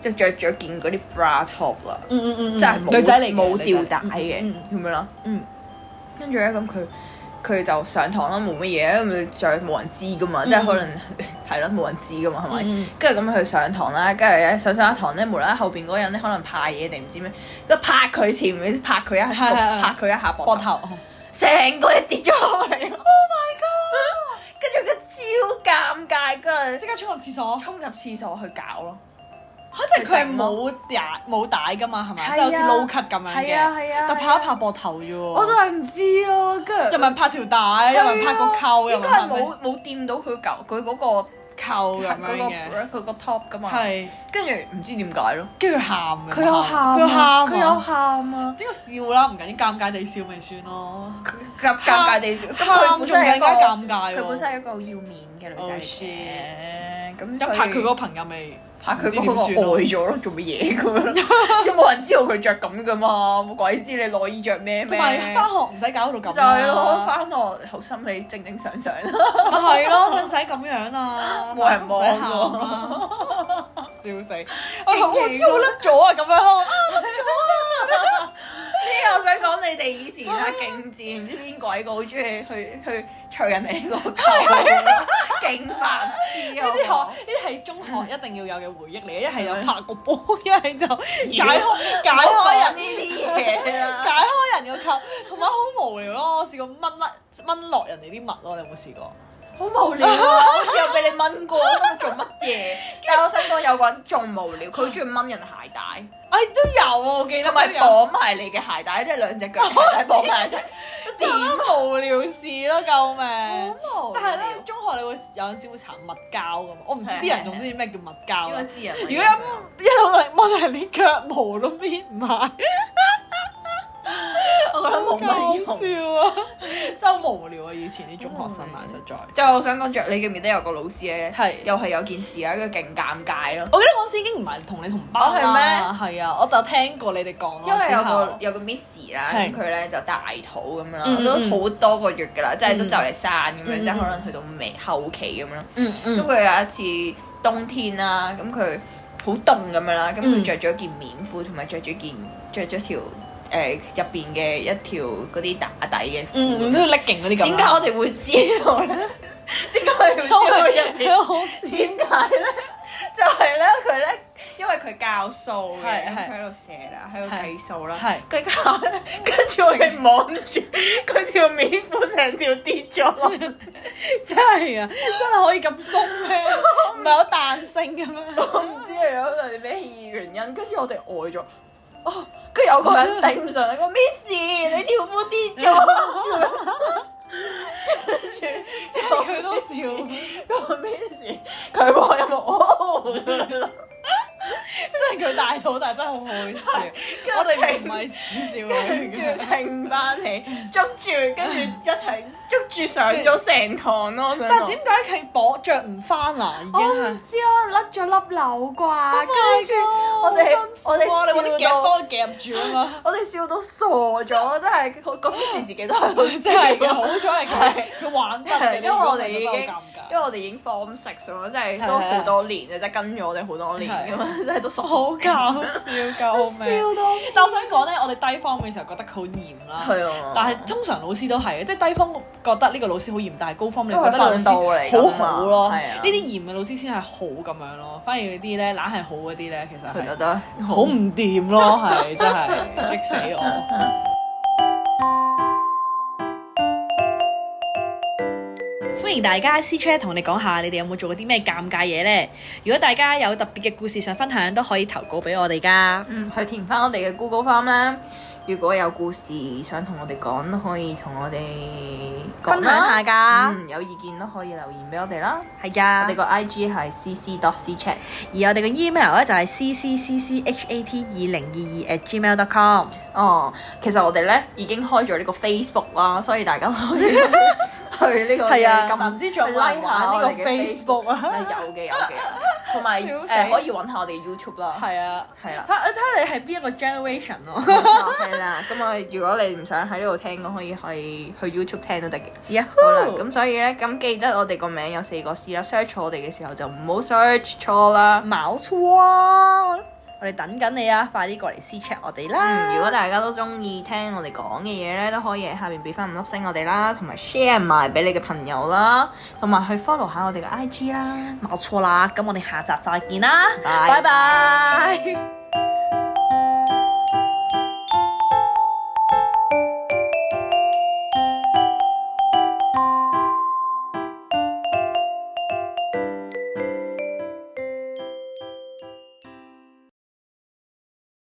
Speaker 1: 即係着咗件嗰啲 bra top 啦，
Speaker 2: [laughs] 嗯嗯嗯，
Speaker 1: 即係冇
Speaker 2: 女仔嚟嘅
Speaker 1: 冇
Speaker 2: 女仔
Speaker 1: 吊帶嘅
Speaker 2: 嗯嗯
Speaker 1: 咁樣啦。
Speaker 2: 嗯，
Speaker 1: 跟住咧，咁佢佢就上堂啦，冇乜嘢，咁就冇人知噶嘛，即係可能 [laughs] 係咯，冇人知噶嘛，係咪
Speaker 2: 嗯？
Speaker 1: 跟住咁佢上堂啦，跟住咧上上一堂咧，無啦啦後邊嗰個人咧可能派嘢定唔知咩，跟住拍佢前面，拍佢一下，
Speaker 2: 係係係
Speaker 1: 拍佢一下膊
Speaker 2: 膊
Speaker 1: 頭，
Speaker 2: 頭
Speaker 1: 成個嘢跌咗落 [laughs] 嚟，Oh my god！跟住佢超尷尬，跟住
Speaker 2: 即刻衝入廁所
Speaker 1: 即，衝入廁所去搞咯，
Speaker 2: 嚇！即係佢係冇帶冇帶噶嘛，係咪？即係好似撈咳咁樣嘅，
Speaker 1: 啊係啊係啊
Speaker 2: 但拍一拍膊頭啫喎，
Speaker 1: 我都係唔知咯，跟住
Speaker 2: 又唔係拍條
Speaker 1: 啊
Speaker 2: 帶，又唔係拍個扣，又
Speaker 1: 應
Speaker 2: 唔
Speaker 1: 該係
Speaker 2: 係拍咩
Speaker 1: 冇冇掂到佢嚿佢嗰個。
Speaker 2: 扣咁
Speaker 1: 嗰個
Speaker 2: 樣嘅，
Speaker 1: 佢個 top 噶嘛，
Speaker 2: 係
Speaker 1: 跟住唔知點解咯，
Speaker 2: 跟住喊嘅，
Speaker 1: 佢有喊啊，
Speaker 2: 佢有喊，
Speaker 1: 佢有。喊啊，
Speaker 2: 呢個笑啦，唔緊要，尷尬地笑咪算咯。
Speaker 1: 尷尷尬地笑，咁佢
Speaker 2: 喊
Speaker 1: 本
Speaker 2: 仲
Speaker 1: 身係一
Speaker 2: 更
Speaker 1: 個
Speaker 2: 加尷尬喎。
Speaker 1: 佢本身係一個要面嘅女
Speaker 2: Oh
Speaker 1: 仔
Speaker 2: shit
Speaker 1: 嚟嘅，咁
Speaker 2: 一
Speaker 1: 所以
Speaker 2: 拍佢嗰個朋友咪
Speaker 1: 拍佢嗰
Speaker 2: 唔知點
Speaker 1: 個
Speaker 2: 算啊咯
Speaker 1: 呆咗咯，做乜嘢咁樣？
Speaker 2: [laughs]
Speaker 1: 有冇人知道佢着咁噶嘛？冇鬼知你內衣着咩咩？
Speaker 2: 同埋翻學唔使搞到咁啦，啊
Speaker 1: 就係咯，翻學好心理正正常常啦。
Speaker 2: 咪係咯，使唔使咁樣啊？
Speaker 1: 冇人望
Speaker 2: 大家都唔使喊啦， [laughs] 笑死！我同 [laughs] 我點解會甩咗啊？咁樣 [laughs] 咯，
Speaker 1: 呢個我想講你哋以前
Speaker 2: [laughs]
Speaker 1: 啊勁賤，唔知邊鬼個好中意去去除人哋個頭，啊
Speaker 2: [laughs]
Speaker 1: 勁白痴啊！
Speaker 2: 呢啲學呢啲係中 [laughs] 學一定要有嘅回憶嚟嘅，一係有拍過波， [laughs] 一係就解開解
Speaker 1: 解開
Speaker 2: 開
Speaker 1: 人
Speaker 2: 人
Speaker 1: 呢啲嘢
Speaker 2: [laughs] 解
Speaker 1: 啦。
Speaker 2: 開人個扣，同埋好無聊咯。我試過掹甩掹落人哋啲襪咯，你有冇試過？
Speaker 1: 好無聊
Speaker 2: [laughs]
Speaker 1: 啊！好似有俾你掹過，我心諗做乜嘢？但係我想講有個人仲無
Speaker 2: [laughs]
Speaker 1: 聊，佢好中意掹人鞋帶，
Speaker 2: 哎，都有啊，我記得
Speaker 1: 同埋
Speaker 2: 都有
Speaker 1: 綁埋你嘅鞋帶，即係兩
Speaker 2: [laughs]
Speaker 1: 隻腳嘅鞋帶綁埋一齊，啊
Speaker 2: 點無聊事咯，救命！
Speaker 1: 好無
Speaker 2: 但係
Speaker 1: 聊。
Speaker 2: 咧，中學你會有陣時會搽物膠噶嘛，我唔知
Speaker 1: 係
Speaker 2: 啲
Speaker 1: 係
Speaker 2: 人仲知咩叫物膠
Speaker 1: 應該
Speaker 2: 啊。
Speaker 1: 知啊。
Speaker 2: 如果一一路嚟摸到人啲腳毛都搣埋，
Speaker 1: 我覺得冇乜
Speaker 2: 搞
Speaker 1: 用。
Speaker 2: 笑啊！ [laughs] 真無聊啊！以前啲中學生啊，實在。
Speaker 1: [laughs] 就我想講着，你記唔記得有個老師咧，
Speaker 2: 係
Speaker 1: 又係有件事啊，跟住勁尷尬咯。
Speaker 2: 我記得嗰陣時已經唔係同你同班
Speaker 1: 哦係
Speaker 2: 啦，係啊，我就聽過你哋講咯。
Speaker 1: 因為有個
Speaker 2: 哦之後
Speaker 1: 有個 Miss 啦，
Speaker 2: 係
Speaker 1: 咁佢咧就大肚咁樣啦，
Speaker 2: 嗯嗯
Speaker 1: 都好多個月噶啦，即係都
Speaker 2: 嗯
Speaker 1: 就嚟生咁樣，
Speaker 2: 嗯
Speaker 1: 即係可能去到尾後期咁樣啦。咁佢有一次冬天啦，咁佢好凍咁樣啦，咁佢
Speaker 2: 嗯
Speaker 1: 着咗件棉褲，同埋着咗件着咗條誒入邊嘅一條嗰啲打底嘅褲
Speaker 2: 嗯
Speaker 1: 咁
Speaker 2: 嗯都
Speaker 1: 樣。
Speaker 2: 要拎勁嗰啲咁啊。
Speaker 1: 點解我哋會知道咧？ [laughs] 點解我哋會知道佢入邊
Speaker 2: [laughs] 因為好
Speaker 1: 點解咧？ [laughs] 就係咧，佢咧，因為佢教數嘅，
Speaker 2: 係
Speaker 1: 咁
Speaker 2: 係
Speaker 1: 佢喺度寫啦，喺度計數啦，
Speaker 2: 係
Speaker 1: 跟住教咧，跟住我哋望住佢條面褲成條跌咗落嚟，
Speaker 2: 真係啊，真係可以咁鬆 [laughs] 咩？唔係有彈性咁樣。
Speaker 1: 我唔知係有咩原因，跟住我哋呆咗。哦，跟住有個人頂唔順，佢話 Miss 你條褲跌咗，跟住
Speaker 2: 即係佢都笑，
Speaker 1: 個 Miss 佢話有冇哦咁樣咯
Speaker 2: [laughs] 雖然佢大肚，但係真係好 [laughs] 好笑。我哋唔係恥笑
Speaker 1: 跟
Speaker 2: 佢
Speaker 1: 住
Speaker 2: 嘅。
Speaker 1: 稱翻起，捉住，跟住一齊捉住上咗成堂咯。
Speaker 2: 但係點解佢綁着唔翻啊？已經
Speaker 1: 我
Speaker 2: 係
Speaker 1: 唔。知可能甩咗粒瘤啩，跟住我
Speaker 2: 我
Speaker 1: 哋
Speaker 2: 我
Speaker 1: 我哋
Speaker 2: 哋我
Speaker 1: 笑
Speaker 2: 哋夾
Speaker 1: 到
Speaker 2: 幫佢夾住啊
Speaker 1: [laughs]
Speaker 2: 嘛，
Speaker 1: 我哋笑到傻咗，真係佢嗰時自己都係好
Speaker 2: 真係嘅，好彩係佢佢玩得嘅，
Speaker 1: 因為我哋已經因為
Speaker 2: 因為我哋
Speaker 1: 我哋已經 form six 咯，即係都
Speaker 2: 係係
Speaker 1: 好多年啊嘅，即係跟咗我哋好多年咁樣，真係都傻
Speaker 2: 好搞笑，救命！
Speaker 1: 笑到
Speaker 2: 但我想講咧，我哋低方嘅時候覺得佢好嚴啦，
Speaker 1: 係啊
Speaker 2: 但係通常老師都係嘅，即係低方覺得呢個老師好嚴，但係高方你
Speaker 1: 因為
Speaker 2: 覺得老
Speaker 1: 佢都兩
Speaker 2: 師
Speaker 1: 道嚟㗎
Speaker 2: 好
Speaker 1: 嘛
Speaker 2: 好咯。
Speaker 1: 係
Speaker 2: 呢
Speaker 1: 啊
Speaker 2: 啲嚴嘅老師先係好咁樣咯，反而嗰啲咧懶係好嗰啲咧，其
Speaker 1: 佢
Speaker 2: 實係
Speaker 1: 覺得
Speaker 2: 好唔掂咯，係真係激死我。歡迎大家私 chat 同我哋講下，你哋有冇做過啲咩尷尬嘢呢？如果大家有特別嘅故事想分享，都可以投稿俾我哋噶。
Speaker 1: 嗯，去填翻我哋嘅 Google Form 啦。如果有故事想同我哋講，都可以同我哋講啦
Speaker 2: 分享下㗎
Speaker 1: 嗯，有意見都可以留言俾我哋啦。
Speaker 2: 係啊，
Speaker 1: 我哋個 I G 係 C C dot C chat。
Speaker 2: 而我哋嘅 email 咧就係 c c c c h a t e 二零二二 at gmail dot com。
Speaker 1: 哦，其實我哋咧已經開咗呢個 Facebook 啦，所以大家
Speaker 2: [laughs]
Speaker 1: 可以去呢個
Speaker 2: 係啊，
Speaker 1: 撳
Speaker 2: 唔知仲有冇人玩啊呢個 Facebook 啊？
Speaker 1: 係有嘅有嘅，同埋
Speaker 2: [laughs] 笑死
Speaker 1: 誒可以揾下我哋 YouTube 啦。
Speaker 2: 係啊，
Speaker 1: 係啦
Speaker 2: 睇。下睇下你係邊一個 generation 咯。
Speaker 1: 冇錯係啦，咁啊，如果你唔想喺呢度聽，咁可以去去 YouTube 聽都得嘅。好啦，咁所以咧，咁記得我哋個名有四個 C 啦，search 我哋嘅時候就唔好 search 錯啦。
Speaker 2: 冇錯啊！我哋等緊你啊，快啲過嚟 C check 我哋啦。
Speaker 1: 嗯，如果大家都中意聽我哋講嘅嘢咧，都可以喺下面俾翻五粒星我哋啦，同埋 share 埋俾你嘅朋友啦，同埋去 follow 下我哋嘅 IG 啦。
Speaker 2: 冇錯啦，咁我哋下集再見啦，
Speaker 1: 拜
Speaker 2: 拜拜。